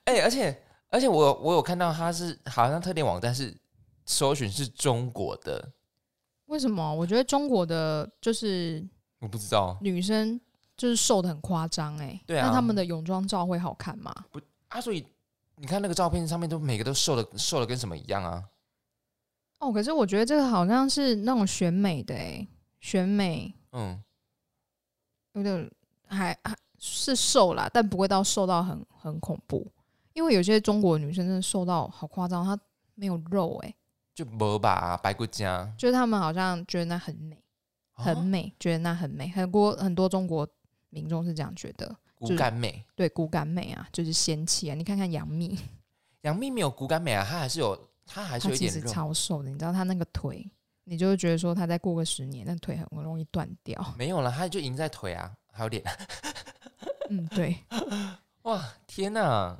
[SPEAKER 1] 哎、而且而且我我有看到它是好像特定网站是搜寻是中国的，
[SPEAKER 2] 为什么？我觉得中国的就是
[SPEAKER 1] 我不知道
[SPEAKER 2] 女生就是瘦的很夸张哎，
[SPEAKER 1] 对啊
[SPEAKER 2] 那她们的泳装照会好看吗？
[SPEAKER 1] 啊。所以你看那个照片上面都每个都瘦的瘦的跟什么一样啊？
[SPEAKER 2] 哦，可是我觉得这个好像是那种选美的哎、选美
[SPEAKER 1] 嗯，
[SPEAKER 2] 有点还还是瘦啦，但不会到瘦到很很恐怖，因为有些中国女生真的瘦到好夸张，她没有肉哎、
[SPEAKER 1] 就没吧，白骨精啊
[SPEAKER 2] 就是她们好像觉得那很美，很
[SPEAKER 1] 哦
[SPEAKER 2] 美，觉得那很美，很多很多中国民众是这样觉得，
[SPEAKER 1] 骨感美。
[SPEAKER 2] 对骨感美啊，就是仙气啊，你看看杨幂。
[SPEAKER 1] 杨幂没有骨感美啊，她还是有，她还是
[SPEAKER 2] 他
[SPEAKER 1] 有一
[SPEAKER 2] 其
[SPEAKER 1] 点
[SPEAKER 2] 实
[SPEAKER 1] 肉。
[SPEAKER 2] 超瘦的，你知道他那个腿，你就会觉得说他再过个十年，那腿很容易断掉。
[SPEAKER 1] 没有了，她就赢在腿啊， 还有脸。
[SPEAKER 2] 嗯，对。
[SPEAKER 1] 哇，天哪！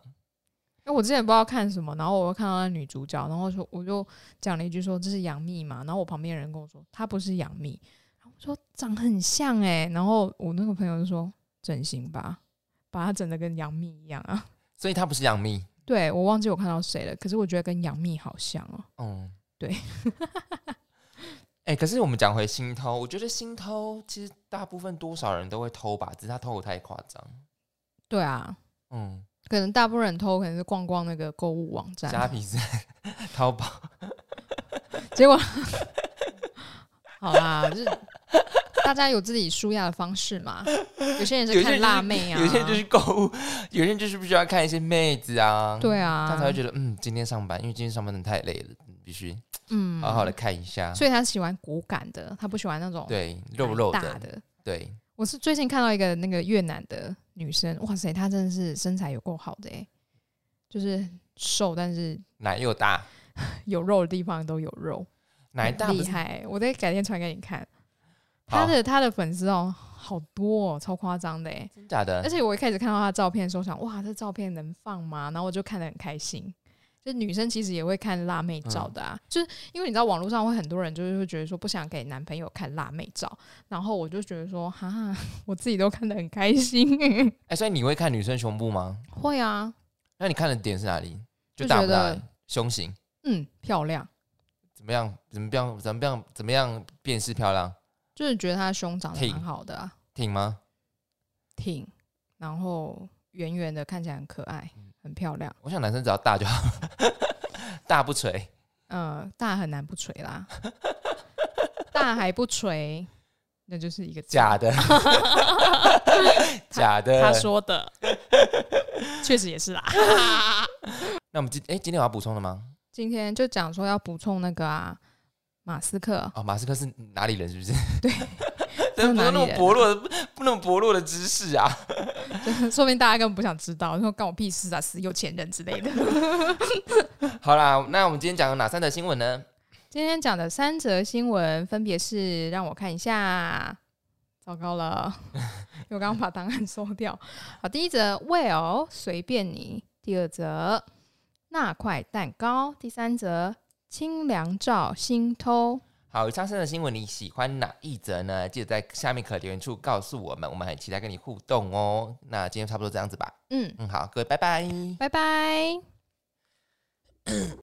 [SPEAKER 2] 因为我之前不知道看什么，然后我又看到那女主角，然后说我就讲了一句说这是杨幂嘛，然后我旁边人跟我说她不是杨幂，然后我说长得很像哎、然后我那个朋友就说整形吧，把她整的跟杨幂一样啊。
[SPEAKER 1] 所以她不是杨幂。
[SPEAKER 2] 对我忘记我看到谁了，可是我觉得跟杨幂好像哦、
[SPEAKER 1] 嗯，
[SPEAKER 2] 对。
[SPEAKER 1] 哎、可是我们讲回心偷，我觉得心偷其实大部分多少人都会偷吧，只是他偷的太夸张。
[SPEAKER 2] 对啊，
[SPEAKER 1] 嗯，
[SPEAKER 2] 可能大部分人偷可能是逛逛那个购物网站，
[SPEAKER 1] 虾皮是 淘宝，
[SPEAKER 2] 结果，好啦，就是 大家有自己舒压的方式嘛。有些人
[SPEAKER 1] 有些
[SPEAKER 2] 是
[SPEAKER 1] 人就是
[SPEAKER 2] 看辣妹啊，
[SPEAKER 1] 有些人就是购物，有些人就是必须要看一些妹子啊，
[SPEAKER 2] 对
[SPEAKER 1] 他
[SPEAKER 2] 啊
[SPEAKER 1] 才，会觉得嗯，今天上班，因为今天上班真的太累了，嗯必须
[SPEAKER 2] 嗯
[SPEAKER 1] 好好的看一下。
[SPEAKER 2] 所以他喜欢骨感的，他不喜欢那种
[SPEAKER 1] 啊对，肉肉
[SPEAKER 2] 大
[SPEAKER 1] 的，
[SPEAKER 2] 的。
[SPEAKER 1] 对，
[SPEAKER 2] 我是最近看到一个那个越南的女生，哇塞，她真的是身材有够好的哎、就是瘦但是
[SPEAKER 1] 奶又大，
[SPEAKER 2] 有肉的地方都有肉，
[SPEAKER 1] 奶
[SPEAKER 2] 很
[SPEAKER 1] 大不
[SPEAKER 2] 厉
[SPEAKER 1] 是
[SPEAKER 2] 害。我再改天传给你看，
[SPEAKER 1] 好
[SPEAKER 2] 她的她的粉丝哦，好多哦，超夸张的哎、
[SPEAKER 1] 真假
[SPEAKER 2] 而
[SPEAKER 1] 的？
[SPEAKER 2] 且我一开始看到她的照片的时候，想哇，这照片能放吗？然后我就看得很开心。就女生其实也会看辣妹照的啊，就是因为你知道网络上会很多人就是会觉得说不想给男朋友看辣妹照，然后我就觉得说哈，我自己都看得很开心、
[SPEAKER 1] 哎、所以你会看女生胸部吗？
[SPEAKER 2] 会啊，
[SPEAKER 1] 那你看的点是哪里？就
[SPEAKER 2] 就
[SPEAKER 1] 大
[SPEAKER 2] 觉
[SPEAKER 1] 不大
[SPEAKER 2] 得？
[SPEAKER 1] 胸型
[SPEAKER 2] 嗯，漂亮，
[SPEAKER 1] 怎么样？怎么样？怎么样？怎么样辨识漂亮？
[SPEAKER 2] 就是觉得她的胸长得
[SPEAKER 1] 挺
[SPEAKER 2] 蛮好的、啊，
[SPEAKER 1] 挺吗？
[SPEAKER 2] 挺，然后圆圆的，看起来很可爱，
[SPEAKER 1] 嗯
[SPEAKER 2] 很漂亮。
[SPEAKER 1] 我想男生只要大就好， 大不垂。
[SPEAKER 2] 呃，大很难不垂啦， 大还不垂，那就是一个字
[SPEAKER 1] 假 的，假的。
[SPEAKER 2] 他说的， 确实也是啦。
[SPEAKER 1] 那我们今哎、今天有要补充的吗？
[SPEAKER 2] 今天就讲说要补充那个啊，马斯克，
[SPEAKER 1] 哦，马斯克是哪里人？是不是？
[SPEAKER 2] 对，
[SPEAKER 1] 怎么
[SPEAKER 2] 哪
[SPEAKER 1] 那
[SPEAKER 2] 里
[SPEAKER 1] 么
[SPEAKER 2] 人啊
[SPEAKER 1] 薄弱的，不那么薄弱的知识啊？
[SPEAKER 2] 说不定大家根本不想知道，说干我屁事啊，死有钱人之类的。
[SPEAKER 1] 好啦，那我们今天讲了哪三则新闻呢？
[SPEAKER 2] 今天讲的三则新闻分别是，让我看一下，糟糕了， 因为我刚刚把档案收掉。好，第一则 Well 随便你，第二则那块蛋糕，第三则清凉照心偷。
[SPEAKER 1] 好，以上三则新闻你喜欢哪一则呢？记得在下面可留言处告诉我们，我们很期待跟你互动哦。那嗯今天差不多这样子吧。
[SPEAKER 2] 嗯，
[SPEAKER 1] 嗯，好，各位，拜拜。
[SPEAKER 2] 拜拜。